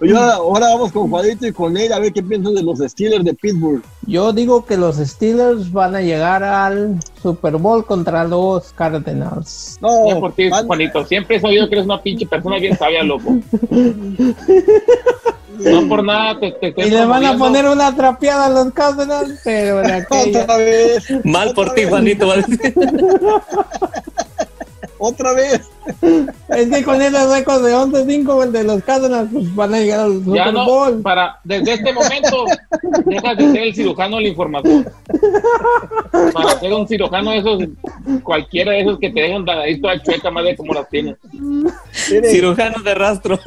Y ahora, ahora vamos con Juanito y con él a ver qué piensan de los Steelers de Pittsburgh. Yo digo que los Steelers van a llegar al Super Bowl contra los Cardinals. No, Bien por ti, van- Juanito, siempre he sabido que eres una pinche persona bien sabia, loco. No por nada te, te estoy Y le van a promoviendo. poner una trapeada a los Cardinals, pero de aquella. Otra vez. Mal por ti, Juanito. va a decir. Otra vez. Es que con esos récord de 11-5, el de los Cardinals, pues van a llegar al Ya Super no, Bowl. para, desde este momento, dejas de ser el cirujano de la información. Para ser un cirujano de esos, cualquiera de esos que te dejan la nariz toda chueca, más de como las tienes. Mire, Cirujano de rastro.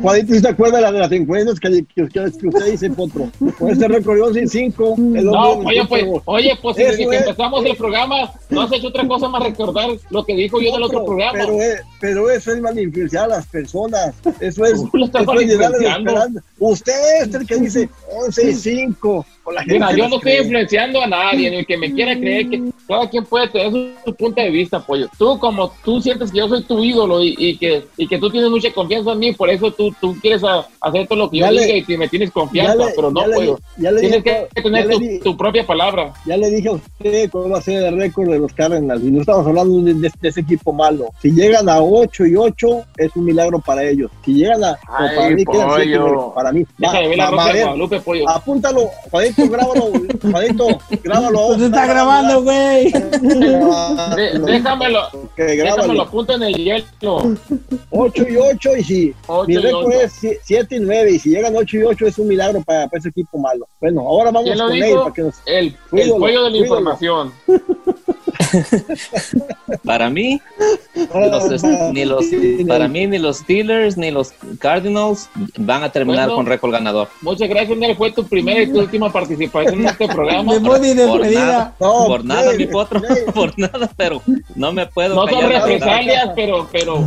Juanito, ¿sí ¿se acuerda de las de las encuestas que, que, que usted dice, Potro? Con este récord 11 y 5. el No, hombre oye, del pues, Potro. oye, pues, Eso desde que es. empezamos el programa, no has hecho otra cosa más recordar lo que dijo yo en el otro Potro, programa. Pero, es- pero eso es malinfluenciar a las personas. Eso es, Tú lo estás eso es llenarle de malinfluenciando. esperanza. Usted es el que dice 11 y 5. con la Mira, gente yo no les cree. estoy influenciando a nadie, ni el que Mm. me quiera creer que cada quien puede tener su, su punto de vista, pollo. Tú, como tú sientes que yo soy tu ídolo y, y que, y que tú tienes mucha confianza en mí, por eso tú, tú quieres a- hacer todo lo que Ya yo le- diga y que me tienes Ya confianza, le- pero no, ya le- pollo. ya le Tienes dije- que tener ya le tu, di- tu propia palabra. Ya le dije a usted cómo va a ser el récord de los Cardinals. Y no estamos hablando de, de- de ese equipo malo. Si llegan a 8 y 8, es un milagro para ellos. Si llegan a. o Ay, para mí, quedan siete pollo. milagros, Para mí. Va, Déjame ver la va, ropa va, de ver. Guadalupe, pollo. ah, Apúntalo. Juanito, grábalo. Juanito, grábalo. Pues está grabando, güey. De- Grábalo. déjamelo, Que déjamelo grábalo. apunta en el hielo. 8 y 8. Y si. Ocho Mi y récord ocho. es 7 y 9. Y si llegan 8 y 8, es un milagro para, para ese equipo malo. Bueno, ahora vamos ¿Quién lo con él. dijo? Para que nos... El, el Cuídalo, pollo de la cuídalo. información. Para mí, ahora los- para- ni los, para mí, ni los Steelers ni los Cardinals van a terminar Bueno. con récord ganador. Muchas gracias, Nel. Fue tu primera y tu última participación en este programa. De body Por despedida. nada, No, por nada, Nel, mi potro, Nel. por nada, pero no me puedo No son callar la verdad. represalias, pero, pero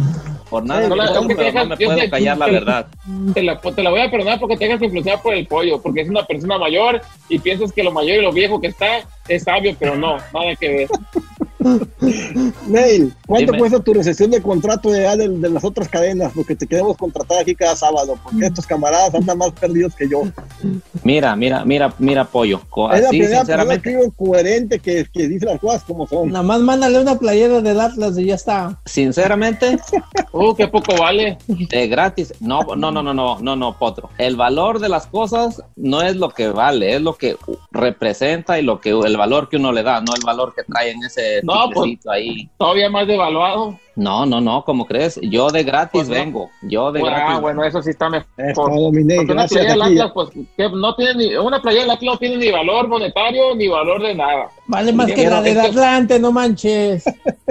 Por nada, Nel, mi es potro, que te pero no dejas- me yo te- puedo callar la te- verdad. te la, te la voy a perdonar porque te dejas influenciar por el pollo, porque es una persona mayor y piensas que lo mayor y lo viejo que está es sabio, pero no, nada que ver. Neil, ¿cuánto Dime. cuesta tu recesión de contrato de, ah, de, de las otras cadenas? Porque te queremos contratar aquí cada sábado, porque estos camaradas andan más perdidos que yo. Mira, mira, mira, mira, pollo. Co- es la Así, primera persona sinceramente, que digo coherente que, que dice las cosas como son. Nada más mándale una playera del Atlas y ya está. sinceramente, Uh, qué poco vale. de gratis. No, no, no, no, no, no, no, potro. El valor de las cosas no es lo que vale, es lo que representa y lo que el valor que uno le da, no el valor que trae en ese No, pues. ticlecito ahí. Todavía más devaluado. No, no, no, ¿cómo crees? Yo de gratis Pues no. vengo. Yo de Bueno, ah, gratis. bueno, eso sí está mejor. Es todo, mi Neil. Porque una Gracias playera del a ti. Atlas, pues, que no tiene ni, una playera del Atlas no tiene ni valor monetario ni valor de nada. Vale más que la del Atlante, no manches.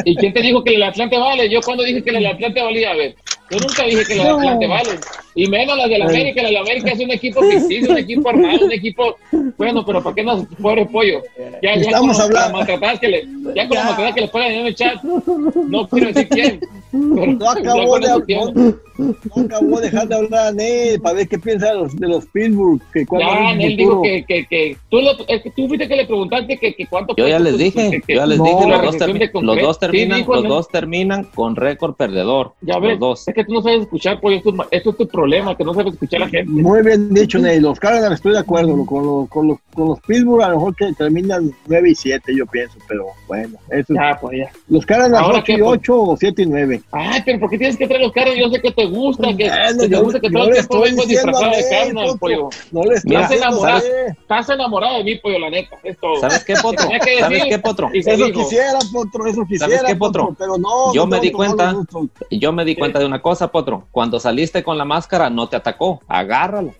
¿Y quién te dijo que el Atlante vale? Yo cuando dije que el Atlante valía, a ver, yo nunca dije que el No. Atlante vale. Y menos las del América. La del América es un equipo que existe, un equipo armado, un equipo... Bueno, pero ¿para qué nos pobre pollo? Ya, ya Estamos con las hablando- maltratadas que le, ya con las Ya. maltratadas que le ponen en el chat, no quiero decir quién. pero No ya acabó, con de, eso no, tiene. no acabó de dejar de hablar a Neil para ver qué piensa de los, de los Pittsburgh. Que cuál va Ya, a ser su él dijo futuro. que, que, que, tú, lo- es que tú fuiste que le preguntaste que, que cuánto Yo ya cuesta les tu- dije, que- que- yo ya les pues, No, dije, la los dos, recesión termi- de los concreto. dos Sí, terminan, dijo, los ¿no? dos terminan con récord perdedor. Ya los ves, dos. es que tú no sabes escuchar, pues esto, esto es tu problema, que no sabes escuchar a la gente. Muy bien dicho, Neil. Los Cardinals estoy de acuerdo. lo- Con los, con, los, con los Pittsburgh, a lo mejor que terminan 9 y 7, yo pienso. Pero bueno, eso, Ya, pues ya. los Cardinals Ahora 8 qué, y pues. 8 o 7 y 9. Ay, pero ¿por qué tienes que traer los carros? Yo sé que te gusta, que, Bueno, que te yo- gusta que yo todo el le tiempo estoy vengo diciendo disfrazado a de él, carne, Poncho. pollo. No les Mira, se enamoraste. eh. Estás enamorado de mí, pollo, la neta. Es todo. ¿Sabes qué, Potro? Tenía que ¿Sabes decir. qué, Potro? Y se Eso dijo. quisiera, Potro, eso quisiera. qué, Potro? Pero no, Yo no me tengo di todos cuenta. los gustos. Yo me di cuenta de una cosa, Potro. Cuando saliste con la máscara, no te atacó. Agárralo.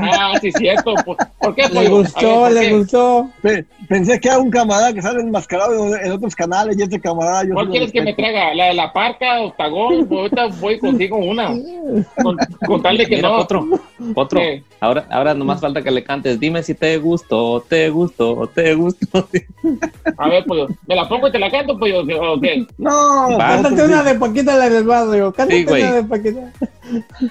Ah, sí, cierto. ¿Por, ¿por qué, pollo? Le gustó, A ver, ¿por le qué? gustó. Pe- Pensé que era un camarada que sale enmascarado en, en otros canales y este camarada. Yo ¿Cuál sí lo quieres que me respeto. traiga? ¿La de la parca, octagón? Pues Ahorita voy contigo una. Con, con tal de que Mira, no. Mm. Potro. Potro. ¿Qué? Ahora, ahora nomás falta que le cantes. Dime si te gustó, te gustó, te gustó. A ver, pollo. ¿Me la pongo y te la canto, pollo? ¿O qué? No, Va. Potro, Cántate una de Paquita, la del barrio. Cántate Sí, güey. una de Paquita.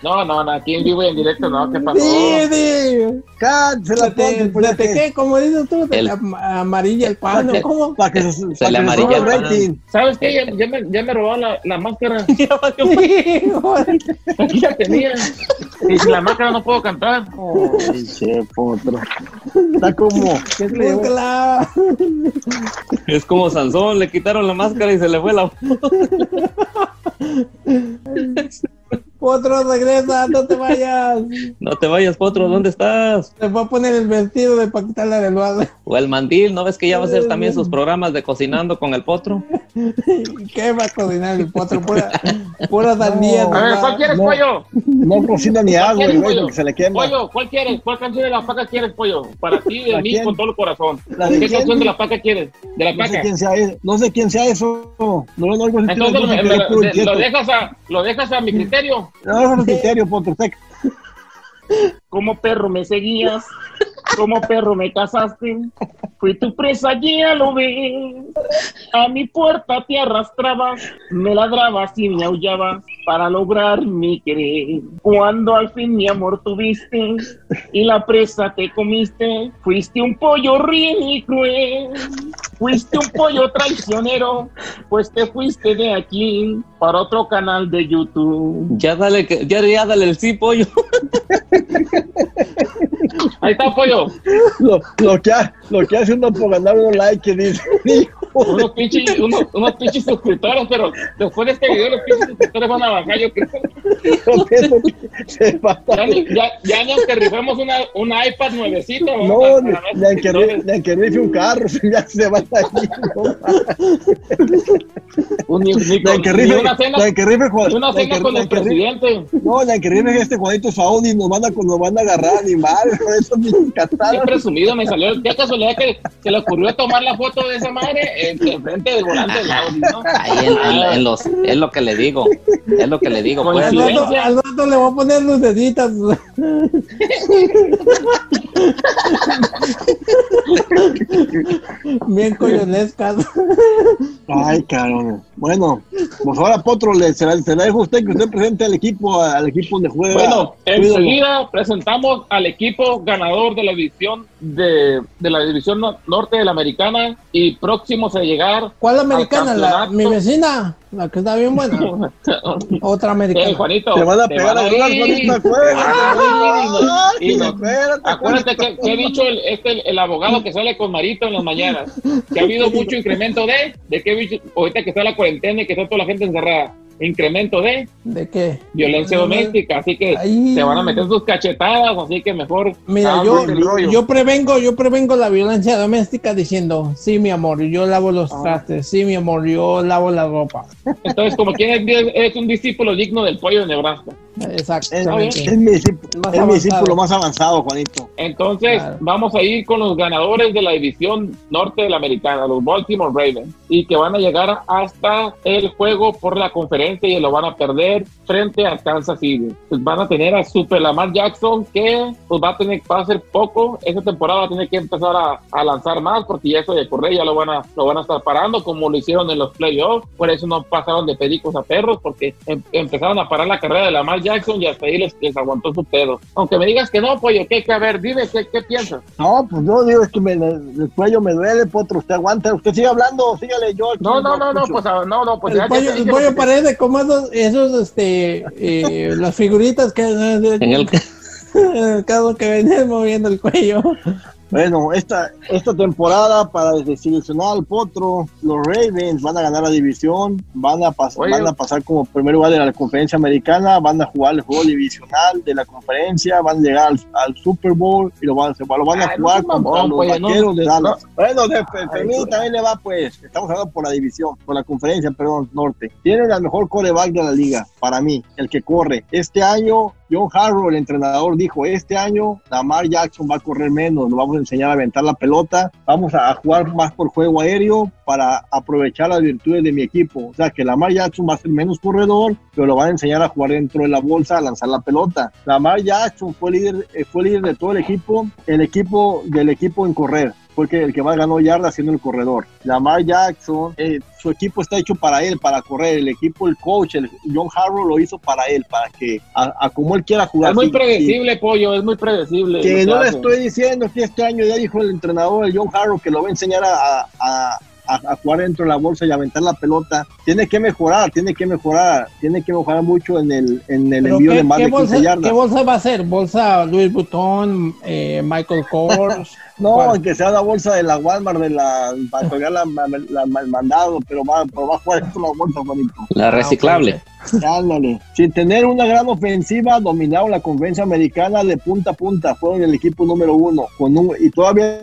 No, no, no. Aquí en vivo y en directo, no. ¿Qué pasó? Sí, sí. Cat, se Se la te, pongo. pues, se te ya que- qué, como dices tú, te El- am- amarilla el pan, Se- ¿no? ¿cómo? Para que se, para que le se suba amarilla el el pan. rating. ¿Sabes qué? Ya, ya me, ya me robaron la, la máscara. Joder. Aquí la tenía. Y sin la máscara no puedo cantar. Ay, che, Potro. Está como. ¿qué se le llama? Búscala. Es como Sansón, le quitaron la máscara y se le fue la. Otro regresa, no te vayas. No te vayas, Potro, ¿dónde estás? Te voy a poner el vestido de Paquita, la del barrio. O el mandil, ¿no ves que ya va a hacer también sus programas de cocinando con el Potro? ¿Qué va a cocinar el potro? Pura, pura sandía. A ver, nomás. ¿cuál quieres, No. pollo? No cocina ni ¿Cuál agua, quieres, el Ah, güey, pollo? porque se le quema. Pollo, ¿cuál quieres? ¿Cuál canción de la paca quieres, pollo? Para ti, de ¿La mí, quién? con todo el corazón. ¿La de ¿Qué quién? canción de la paca quieres? De la No sé paca. quién sea eso. No sé quién sea eso. No lo oigo sentir Entonces eh, los me- golpes, me- es puro de- inquieto. lo dejas a lo dejas a mi criterio. No, eso no es criterio, Potro. Usted Como perro me seguías, como perro me casaste, fui tu presa, ya lo ves. A mi puerta te arrastrabas, me ladrabas y me aullabas para lograr mi querer. Cuando al fin mi amor tuviste y la presa te comiste, fuiste un pollo ruin y cruel. Fuiste un pollo traicionero, pues te fuiste de aquí para otro canal de YouTube. Ya dale, que- ya, ya dale el sí, pollo. Ahí está, pollo. lo, lo que, ha- lo que hace uno por ganar un like y dice, hijo de- unos pinches, unos, unos pinches suscriptores, pero después de este video los pinches suscriptores van a bajar, yo creo. yo pienso que se va a- Ya ni, ya, ya ni aunque rifemos una, una iPad nuevecita, vamos No, a- ni, a ver ni aunque suscriptores. ri- ni aunque rife un carro, ya se va a ir. no mames. Un- ni- ni Ni con- aunque ni rife, una cena, ni aunque rife Juan- ni una ni cena aunque- con ni el aunque rife- presidente. No, ni aunque rife este Juanito Saúl y nos van a, nos van a agarrar animales, por eso ni Qué encantaron. presumido me salió. Qué casualidad que se le ocurrió tomar la foto de esa madre en, en frente del volante del Audi, ¿no? Ahí en- en- en los- es lo que le digo. Es lo que le digo. Con Pues, Al el- le- rato, al rato le voy a poner lucecitas. Bien coyonescas. Ay, cabrón. Bueno, pues ahora Potro le se la, se la dejo a usted que usted presente al equipo, al equipo donde juega. Bueno, Cuídalo. enseguida presentamos al equipo ganador de la división de, de la división no- norte de la americana y próximos a llegar. ¿Cuál americana? Al La, campeonato. mi vecina, la que está bien buena. Otra Eh, americana. Juanito, Te van a te pegar a van a hablar, ir. Juanito, Te van a ir y acuérdate. nos- y nos- Espérate, Acuérdate que, Juanito. que he dicho el, este, el, abogado que sale con Marito en las mañanas, que ha habido mucho incremento de, de que he dicho, ahorita que está la cuarentena y que está toda la gente encerrada, incremento de ¿De qué? violencia Eh, doméstica, así que Ay. te van a meter sus cachetadas, así que mejor Mira, ábrete yo, el rollo. yo prevengo, yo prevengo la violencia doméstica diciendo, sí, mi amor, yo lavo los Ah. trastes, sí, mi amor, yo lavo la ropa. Entonces, como quien es, es un discípulo digno del pollo de Nebraska. Es, Exactamente. es mi discípulo Más es mi avanzado. discípulo más avanzado, Juanito. Entonces, Claro. vamos a ir con los ganadores de la división norte de la americana, los Baltimore Ravens, y que van a llegar hasta el juego por la conferencia y lo van a perder frente a Kansas City. Pues van a tener a Super Lamar Jackson, que pues va a tener que hacer poco. Esta temporada va a tener que empezar a, a lanzar más, porque ya eso de correr ya lo van, a, lo van a estar parando, como lo hicieron en los playoffs. Por eso no pasaron de pericos a perros, porque em- empezaron a parar la carrera de Lamar Jackson y hasta ahí les, les aguantó su pedo. Aunque me digas que no, pollo, ¿qué hay que haber? Dime, ¿qué, qué piensas? No, pues yo digo, es que me, el cuello me duele, Potro. Usted aguanta, usted sigue hablando, sígale yo. aquí No, no, lo no, no, escucho. pues ah, no, no, pues el ya que pollo, te el dije pollo lo que- parece como esos, esos este, eh, las figuritas que En el que en el caso que venían moviendo el cuello. Bueno, esta, esta temporada para desilusionar al Potro, los Ravens van a ganar la división, van a, pas- Oye. van a pasar como primer lugar de la conferencia americana, van a jugar el juego divisional de la conferencia, van a llegar al, al Super Bowl y lo van, se- lo van a Ay, no jugar seas contra mamón, los pues, no, vaqueros de Dallas. Bueno, de, de- de mí también le va pues, estamos hablando por la división, por la conferencia, perdón, norte. Tienen la mejor coreback de la liga, para mí, el que corre. Este año John Harrow, el entrenador, dijo, este año Lamar Jackson va a correr menos, nos vamos a enseñar a aventar la pelota, vamos a jugar más por juego aéreo para aprovechar las virtudes de mi equipo. O sea, que Lamar Jackson va a ser menos corredor, pero lo van a enseñar a jugar dentro de la bolsa, a lanzar la pelota. Lamar Jackson fue líder, eh, fue líder de todo el equipo, el equipo del equipo en correr porque el que más ganó yardas siendo el corredor. Lamar Jackson, eh, su equipo está hecho para él, para correr. El equipo, el coach, el John Harrow lo hizo para él, para que a, a como él quiera jugar. Es muy Sí, sí. predecible, pollo, es muy predecible. lo Que no le hacen. estoy diciendo que este año ya dijo el entrenador, el John Harrow, que lo va a enseñar a, a- a- a jugar dentro de la bolsa y aventar la pelota. Tiene que mejorar, tiene que mejorar, tiene que mejorar mucho en el, en el Pero envío ¿qué, de más qué de 15 bolsa, yardas. ¿Qué bolsa va a ser? ¿Bolsa Louis Vuitton, eh, Michael Kors? No, ¿Cuál? aunque sea la bolsa de la Walmart, de la, para colgar la, la- la- el mandado, pero va, pero va a jugar esto la bolsa, Juanito. la reciclable. Ándale. Sin tener una gran ofensiva, dominaron la conferencia americana de punta a punta. Fueron el equipo número uno. Con un, y todavía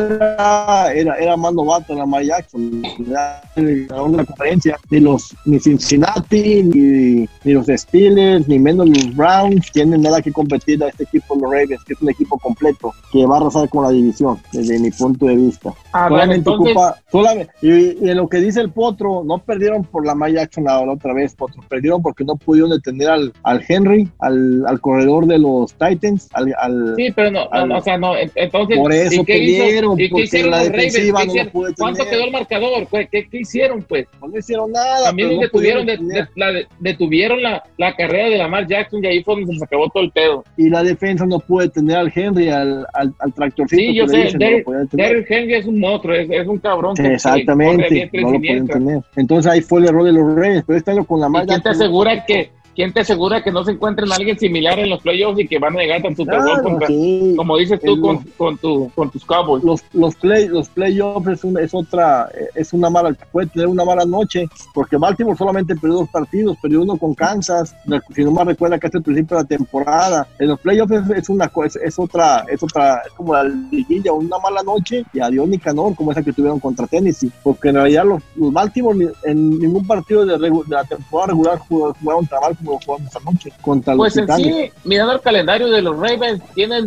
era, era, era más novato la Lamar Jackson. Era el ganador de la conferencia. Ni los ni Cincinnati, ni, ni los Steelers, ni menos los Browns tienen nada que competir a este equipo, los Ravens, que es un equipo completo que va a arrasar con la división, desde mi punto de vista. A ver, Solamente Ah, entonces, ocupa, solamente, y, y en lo que dice el Potro, no perdieron por la Maya Jackson la, la otra vez, Potro, perdieron porque no pudieron detener al, al Henry, al, al corredor de los Titans, al, al- Sí, pero no, no, no, o sea, no, en- entonces. por eso ¿y qué hizo- perdieron, ¿Y qué porque hicieron la los Ravens? defensiva ¿Qué no hicieron? lo pudo detener, ¿Cuánto quedó el marcador? pues? ¿Qué, qué hicieron, pues? no hicieron nada, También pero no detuvieron, pudieron de- detener. de- la de- detuvieron la, la carrera de Lamar Jackson y ahí fue donde se acabó todo el pedo. y la defensa no pudo detener al Henry, al, al, al tractorcito Sí, que yo le sé, dicen, no lo Derrick- podían detener. Derrick Henry es un monstruo, es, es un cabrón. que- que corre a Exactamente, diestra y no lo siniestra. pudieron tener. Entonces ahí fue el error de los Reyes, pero este año con la ¿Y Maya quién te asegura que quién te asegura que no se encuentren a alguien similar en los playoffs y que van a llegar al Super Bowl contra- como dices tú el- con, con tu con tus Cowboys? los, los play los playoffs es, una- es otra eh, es una mala puede tener una mala noche porque Baltimore solamente perdió dos partidos perdió uno con Kansas si no me recuerda que es el principio de la temporada en los playoffs es, es una co- es, es otra es otra es como la liguilla una mala noche y adiós Nicanor como esa que tuvieron contra Tennessee porque en realidad los, los Baltimore ni- en ningún partido de, regu- de la temporada regular jugó- jugaron tan mal como lo jugaron esta noche contra los Pues en Titanes sí, mirando el calendario de los Ravens, tienen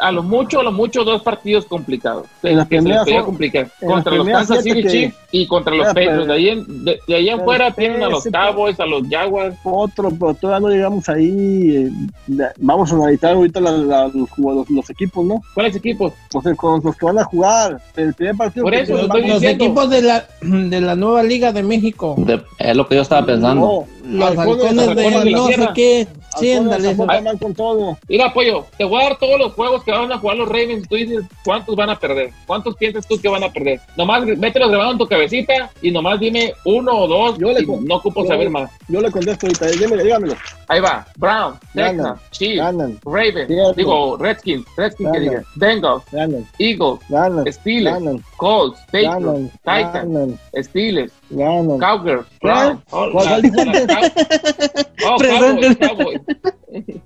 a lo mucho, a lo mucho dos partidos complicados. En las Que se les primeras podía son- complicar. en las Contra los primeras Kansas siete City que- Chiefs y contra los Ah, pero- Patriots. De ahí en, de, de ahí en Pero fuera ese- tienen a los Cowboys, a los Jaguars. Otro, pero todavía no llegamos ahí. eh, la- Vamos a analizar ahorita la- la- los, jugadores- los equipos, ¿no? ¿Cuáles equipos? O sea, con los que van a jugar. El primer partido. Por que eso se Los, estoy los diciendo. equipos de la, de la nueva Liga de México, De- es lo que yo estaba pensando. No, los Halcones- halcones halcones de de la no sé tierra. qué, sí, Halcones ándale, tampoco andan con todo. Mira, Pollo, te voy a dar todos los juegos que van a jugar los Ravens. Tú dices cuántos van a perder. ¿Cuántos piensas tú que van a perder? Nomás mételos grabando en tu cabecita y nomás dime uno o dos. Yo le y con- no ocupo yo- saber más. Yo le contesto ahorita. eh, Dímelo, dígamelo. Ahí va. Brown, Ganan. Texas, Chiefs, Ganan, Ravens, Cierto. digo Redskins, Redskins que Ganan. diga, Bengals, ganan, Eagles, ganan. Steelers, Ganan, Colts, ganan, Patriots, Titans, ganan, Steelers, ganan. Cowgirls, ¿Qué? Brown, oh, ¿Cuál- la- cuál dijiste? la Cow- oh, Cowboys, Presente. Cowboys,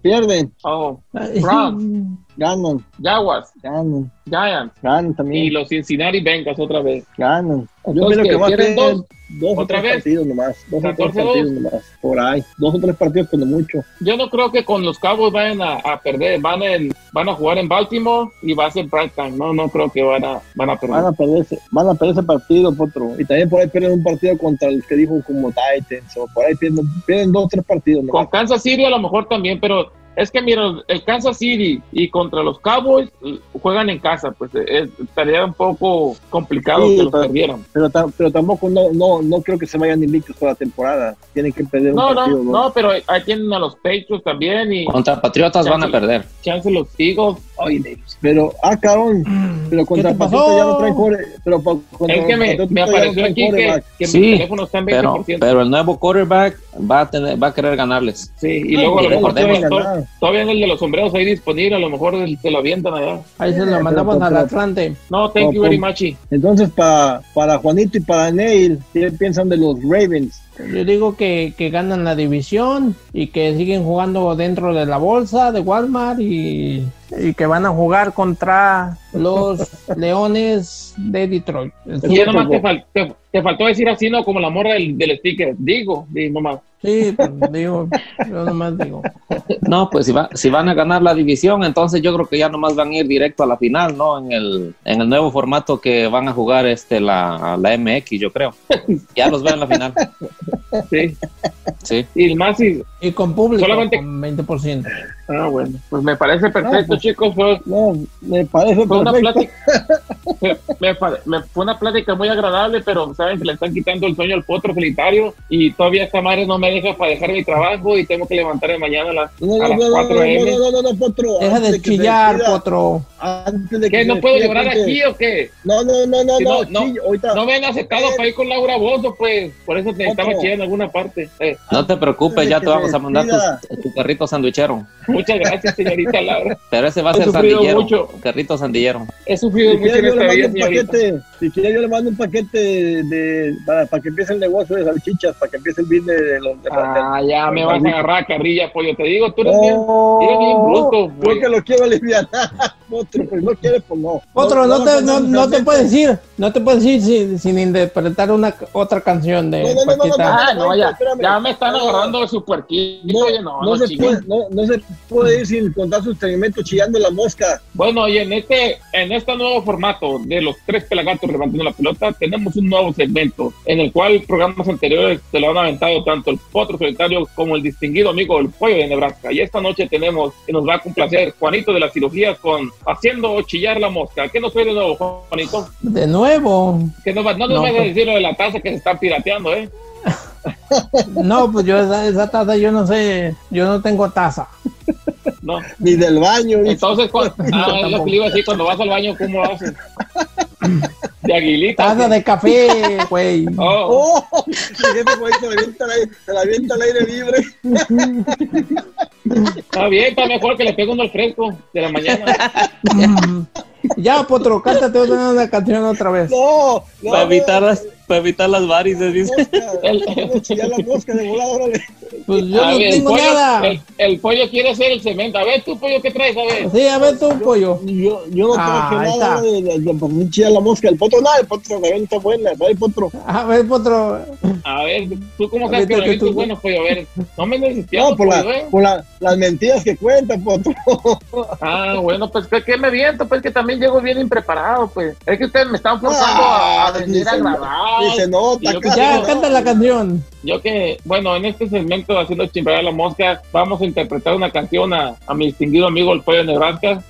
Pierden, oh, Brown. ganan, Jaguars, ganan, Giants ganan y también. los Cincinnati Bengals otra vez. Ganan. Yo Entonces, creo que va a ¿quieren ser dos? dos, o ¿Otra tres vez? partidos nomás. Dos o tres 14-2. partidos nomás. Por ahí. Dos o tres partidos cuando mucho. Yo no creo que con los Cowboys vayan a, a perder, van en, van a jugar en Baltimore y va a ser prime time. No, no creo que van a, van a perder. Van a perder ese, van a perder ese partido, Potro. Y también por ahí pierden un partido contra los que dijo como Titans. O por ahí pierden, pierden dos o tres partidos Con nomás. Kansas City a lo mejor también, pero es que mira, el Kansas City y contra los Cowboys eh, juegan en casa, pues eh, es, estaría un poco complicado Sí, que los pero- perdieran. Pero, tam- pero tampoco no, no, no creo que se vayan invictos toda la temporada. Tienen que perder un No, no, partido. no, pero ahí tienen a los Patriots también y Contra Patriotas van a perder. chance los Eagles. Pero, ah, cabrón. Mm. Pero contra te pasó? Patriotas ya no traen core. Pero pa- contra Es que me, Patriotas me ya no apareció traen aquí que, quarterback. que mi Sí, teléfono está en 20%. Pero, pero el nuevo quarterback va a, tener, va a querer ganarles. sí, y No, luego a lo pero mejor podemos todavía, ganar. todavía en el de los sombreros ahí disponible, a lo mejor se lo avientan allá. Ahí se Pero lo mandamos con- al pues, Atlante. No, thank No, you very pon- much. y- Entonces, pa- para Juanito y para Neil, ¿qué piensan de los Ravens? Yo digo que, que ganan la división y que siguen jugando dentro de la bolsa de Walmart y, y que van a jugar contra los Leones de Detroit. Y ya nomás Tampoco. te, fal- te- te faltó decir así, ¿no? Como la morra del, del sticker. Digo, di nomás. Sí, pues, digo, yo nomás digo. No, pues si, va- si van a ganar la división, entonces yo creo que ya nomás van a ir directo a la final, ¿no? En el, en el nuevo formato que van a jugar este la, la MX, yo creo. Ya los veo en la final. Sí. Sí. Y el más, y- Y con público, Solamente- con 20%. ah, bueno, pues me parece perfecto, pues, chicos. Fue, No, me parece fue una perfecto. plática. fue- me, pare- me- fue una plática muy agradable, pero saben que le están quitando el sueño al potro solitario. Y todavía esta madre no me deja para dejar mi trabajo y tengo que levantarme mañana a las, No, a no, las no, no, 4 no, a.m. no, no, no, no, Potro. Deja antes de que se chillar, despida, Potro. Antes de que ¿Qué? se ¿No puedo despida, llorar gente. aquí o qué? No, no, no, no, Sí, no, no, no. sí, ahorita. No me han aceptado para ir con Laura Bozo, pues. Por eso te estaba Otro. chillando en alguna parte. Eh, No te preocupes, ya te vamos a mandar tu, tu carrito sandwichero. muchas gracias, señorita Laura. Pero ese va a He ser sufrido sandillero. mucho. Carrito sandillero. He Si sufrido mucho quiere, en yo le esta vida, mando un señorita. paquete. Si quiere, yo le mando un paquete de, para, para que empiece el negocio de salchichas, para que empiece el business de los de- Ah, ya me vas a agarrar a carrilla, pollo. Te digo, tú Pues, No, eres bien. eres bien bruto, güey. Porque Oh, lo quiero aliviar. Potro, pues no quiere, pues no. Potro, no, te, le no, mandan no te tarjeta. puedes ir, no te puedes ir sin, sin interpretar una otra canción de No, no, no, no, Paquita. no, Ah, no, ya. espérame. Ya me están No. agarrando de su puerquito. No, Oye, no, no no, se chinguen. puede, no, no se puede ir sin contar sus segmentos chillando la mosca. Bueno, y en este, en este nuevo formato de los tres pelagatos levantando la pelota, tenemos un nuevo segmento en el cual programas anteriores se lo han aventado tanto el potro solitario como el distinguido amigo del pollo de Nebraska. Y esta noche tenemos, y nos va a complacer, Juanito de las cirugías con Haciendo Chillar la Mosca. ¿Qué nos trae de nuevo, Juanito? De nuevo. Que no, va- no nos No, vas a pues- decir lo de la taza que se está pirateando, ¿eh? No, pues yo esa, esa taza yo no sé, yo no tengo taza. No. Ni del baño. ni- Entonces, cu- ah, es lo que le iba a decir, cuando vas al baño, ¿cómo haces? De aguilita. Taza ¿sí? de café, güey. Oh, ¡Oh! Mi jefe, güey, se la avienta al aire- se la avienta al aire libre. está bien, está mejor que le pegue uno al fresco de la mañana. Mm. ya, Potro, cántate una, una canción otra vez. No, no, Para evitar no. las- Para evitar las varices, dice. El- Ya la mosca de volada, órale. Pues yo A no ver, el tengo pollo- nada. El, el pollo quiere ser el cemento. A ver, tú, pollo, ¿qué traes? A ver. Sí, a ver tú, pollo. Yo, yo no Ah, traje ahí está. nada de, de, de, de chilla la mosca. El potro, nada, el potro, la está buena, trae el potro. A ver, potro. A ver, ¿tú cómo A sabes ver, que tú, la gente tú, es tú. buena, pollo? pues, A ver, no me pues, necesitas. No, por, la- por la- las mentiras que cuenta, potro. Ah, bueno, pues que, que me viento, pues que también llego bien impreparado, pues. Es que ustedes me están forzando a, a Ah, venir ni a se- grabar. ni se Y nota, yo que casi Ya, no. canta la canción. Yo que, bueno, en este segmento haciendo chimbar a la mosca, vamos a interpretar una canción a, a mi distinguido amigo el pollo de Nebraska.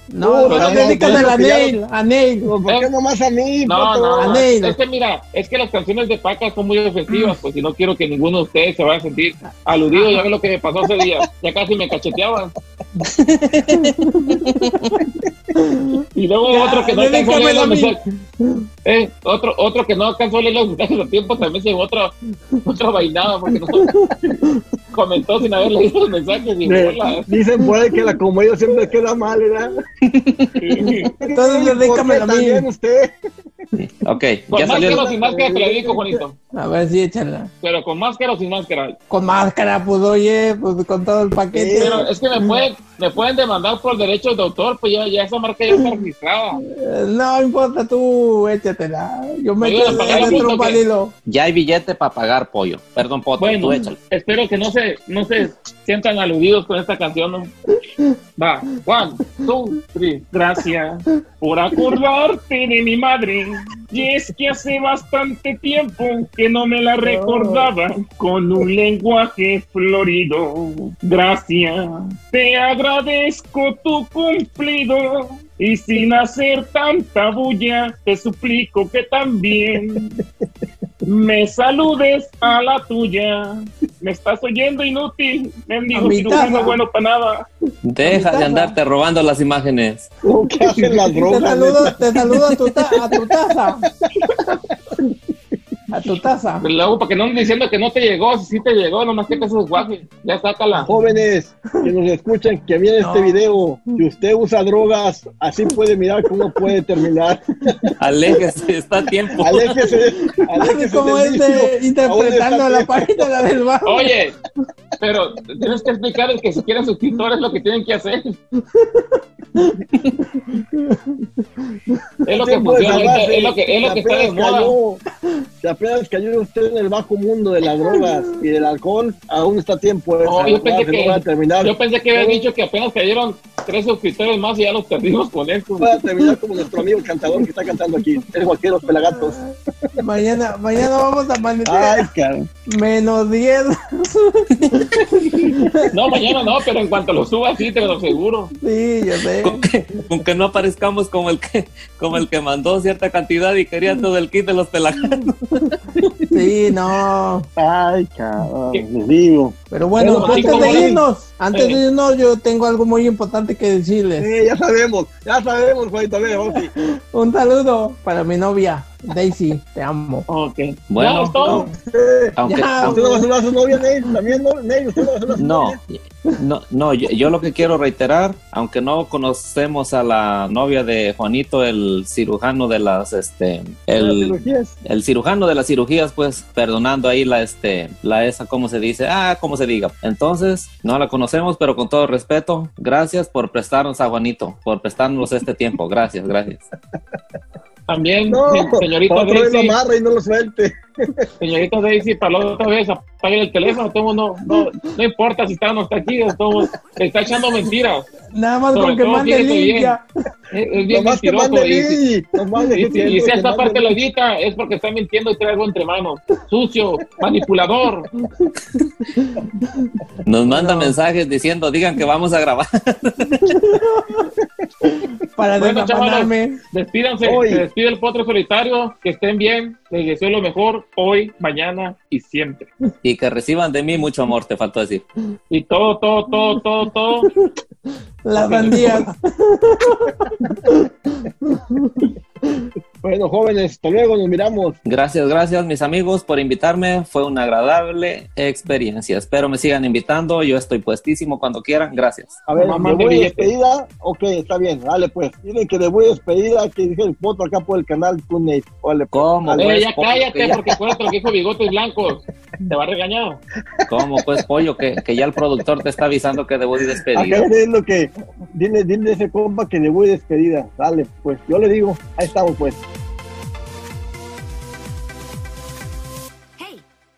No, No, no, no, dedícasela a no, ya Neil, a Neil. ¿Por qué nomás a mí, Eh, No, potro? no, no. Anel. Es que mira, es que las canciones de Paca son muy ofensivas, pues, y no quiero que ninguno de ustedes se vaya a sentir aludido. Ya ve lo que me pasó ese día. Ya casi me cacheteaban. y luego Ya, otro que no alcanzó a leer dedícamela los a mí. mensajes. Eh, otro, otro que no alcanzó a leer los mensajes a tiempo también se llevó otra, otra vainada porque no comentó sin haber leído los mensajes. Y, De- hola. dicen por ahí que la comedia siempre queda mal, ¿verdad? Entonces, ¿Por qué dedícamela a mí. también usted? Ok, Con máscara o ya salió. sin máscara te lo dedico, Juanito. A ver si échala. Pero con máscara o sin máscara. Con máscara, pues oye, pues con todo el paquete. Pero es que me pueden, me pueden demandar por derechos de autor, pues ya, ya esa marca ya está registrada. Eh, No importa tú, échatela. Yo me Oye, quedo apagar en el el punto trompa que- al hilo. Ya hay billete para pagar pollo. Perdón, Potro, Bueno, tú échale. espero que no se, no se sientan aludidos con esta canción. ¿no? Va, one, two, three. Gracias por acordarte de mi madre. Y es que hace bastante tiempo que no me la recordaba con un lenguaje florido. Gracias, te agradezco tu cumplido. Y sin hacer tanta bulla, te suplico que también me saludes a la tuya. Me estás oyendo inútil, A mendigo mi cirujano taza. bueno para nada. Deja de andarte robando las imágenes. ¿Cómo que hacen las Te drogas? neta? saludo, te saludo a tu, ta- a tu taza. A tu taza. Luego, para que no anden diciendo que no te llegó, si sí te llegó, nomás que te haces guaje, ya sácala. Jóvenes que nos escuchan, que miren No. este video, si usted usa drogas, así puede mirar cómo puede terminar. Aléjese, está a tiempo. Aléjese, Así aléjese como del él de- vicio. interpretando a Aún la está tiempo. página del bar. Oye, pero tienes que explicarles que si quieren suscriptores lo que tienen que hacer. Es lo que Tiempo de funciona, ahorita, salvarse. es lo que, es lo Si que está de pues, apenas moda. cayó- pues, Si apenas cayó usted en el bajo mundo de las drogas y del alcohol, aún está tiempo de No, yo, pensé salvarse, no va a que, terminar. yo pensé que habías No. dicho que apenas cayeron tres suscriptores más y ya los perdimos con esto. Voy a terminar como nuestro amigo el cantador que está cantando aquí, el Joaquín Los Pelagatos. Mañana, mañana vamos a amanecer Ay, cabrón. menos 10. No, mañana no, pero en cuanto lo subas, sí, te lo aseguro. Sí, yo sé. Con que, con que no aparezcamos como el que como el que mandó cierta cantidad y quería todo el kit de los pelagatos. Sí, no. Ay, cabrón, les digo. Pero bueno, Bueno, así antes como de ven. irnos, antes de Eh. irnos, yo tengo algo muy importante que decirles. Sí, ya sabemos, ya sabemos, Juanito. A ver, vamos. Un saludo para mi novia, Daisy. Te amo. Ok. Bueno. Ya, es todo. Eh, Aunque, Ya. aunque- ¿Usted no va a saludar a su novia, Ney? También, ¿no? Ney, ¿usted no va a saludar a su no, novia? no, no, yo, yo lo que quiero reiterar, aunque no conocemos a la novia de Juanito, el cirujano de las, este, Las el, cirugías. el cirujano de las cirugías, pues, perdonando ahí la, este, la esa, ¿cómo se dice? Ah, ¿cómo se diga? Entonces, no la conocemos, pero con todo respeto, gracias por prestarnos a Juanito, por prestarnos este tiempo. Gracias, gracias. También, No, pues, se- señorita otro vez lo Daisy, amarra y no lo suelte. señorita Daisy, para la otra vez apague el teléfono, todo no, no, no importa si está o no está aquí, todo, está echando mentiras. Nada más Sobre con que todo, mande fíjate bien. limpia. Es, es bien Nomás que mentiroso, mande Daisy. Ney. Nomás Y, deje si- y tiempo si que esta mande parte Ney. lo edita es porque está mintiendo y trae algo entre manos. Sucio, manipulador. Nos manda mensajes diciendo, digan que vamos a grabar. Para Bueno, desafanarme. Despídanse, Hoy. se despide el potro solitario, que estén bien, les deseo lo mejor hoy, mañana y siempre. Y que reciban de mí mucho amor, te faltó decir. Y todo, todo, todo, todo, todo. Las sandías. Bueno, jóvenes, hasta luego, nos miramos. Gracias, gracias mis amigos por invitarme. Fue una agradable experiencia. Espero me sigan invitando. Yo estoy puestísimo cuando quieran. Gracias. A ver, Mamá ¿me de voy billete. despedida? Ok, está bien, dale pues. Dile que le voy despedida, que dije el foto acá por el canal TuneIn. Órale, pues. ¿Cómo? Dale. Pues, Eh, ya pollo, que cállate ya- porque acuérdate lo que dijo Bigotes Blancos. Te va a regañar. ¿Cómo pues pollo? Que, que ya el productor te está avisando que debo ir Acá despedido. es lo que. Dile, dile a ese compa que le voy despedida. Dale, pues yo le digo. Ahí estamos, pues.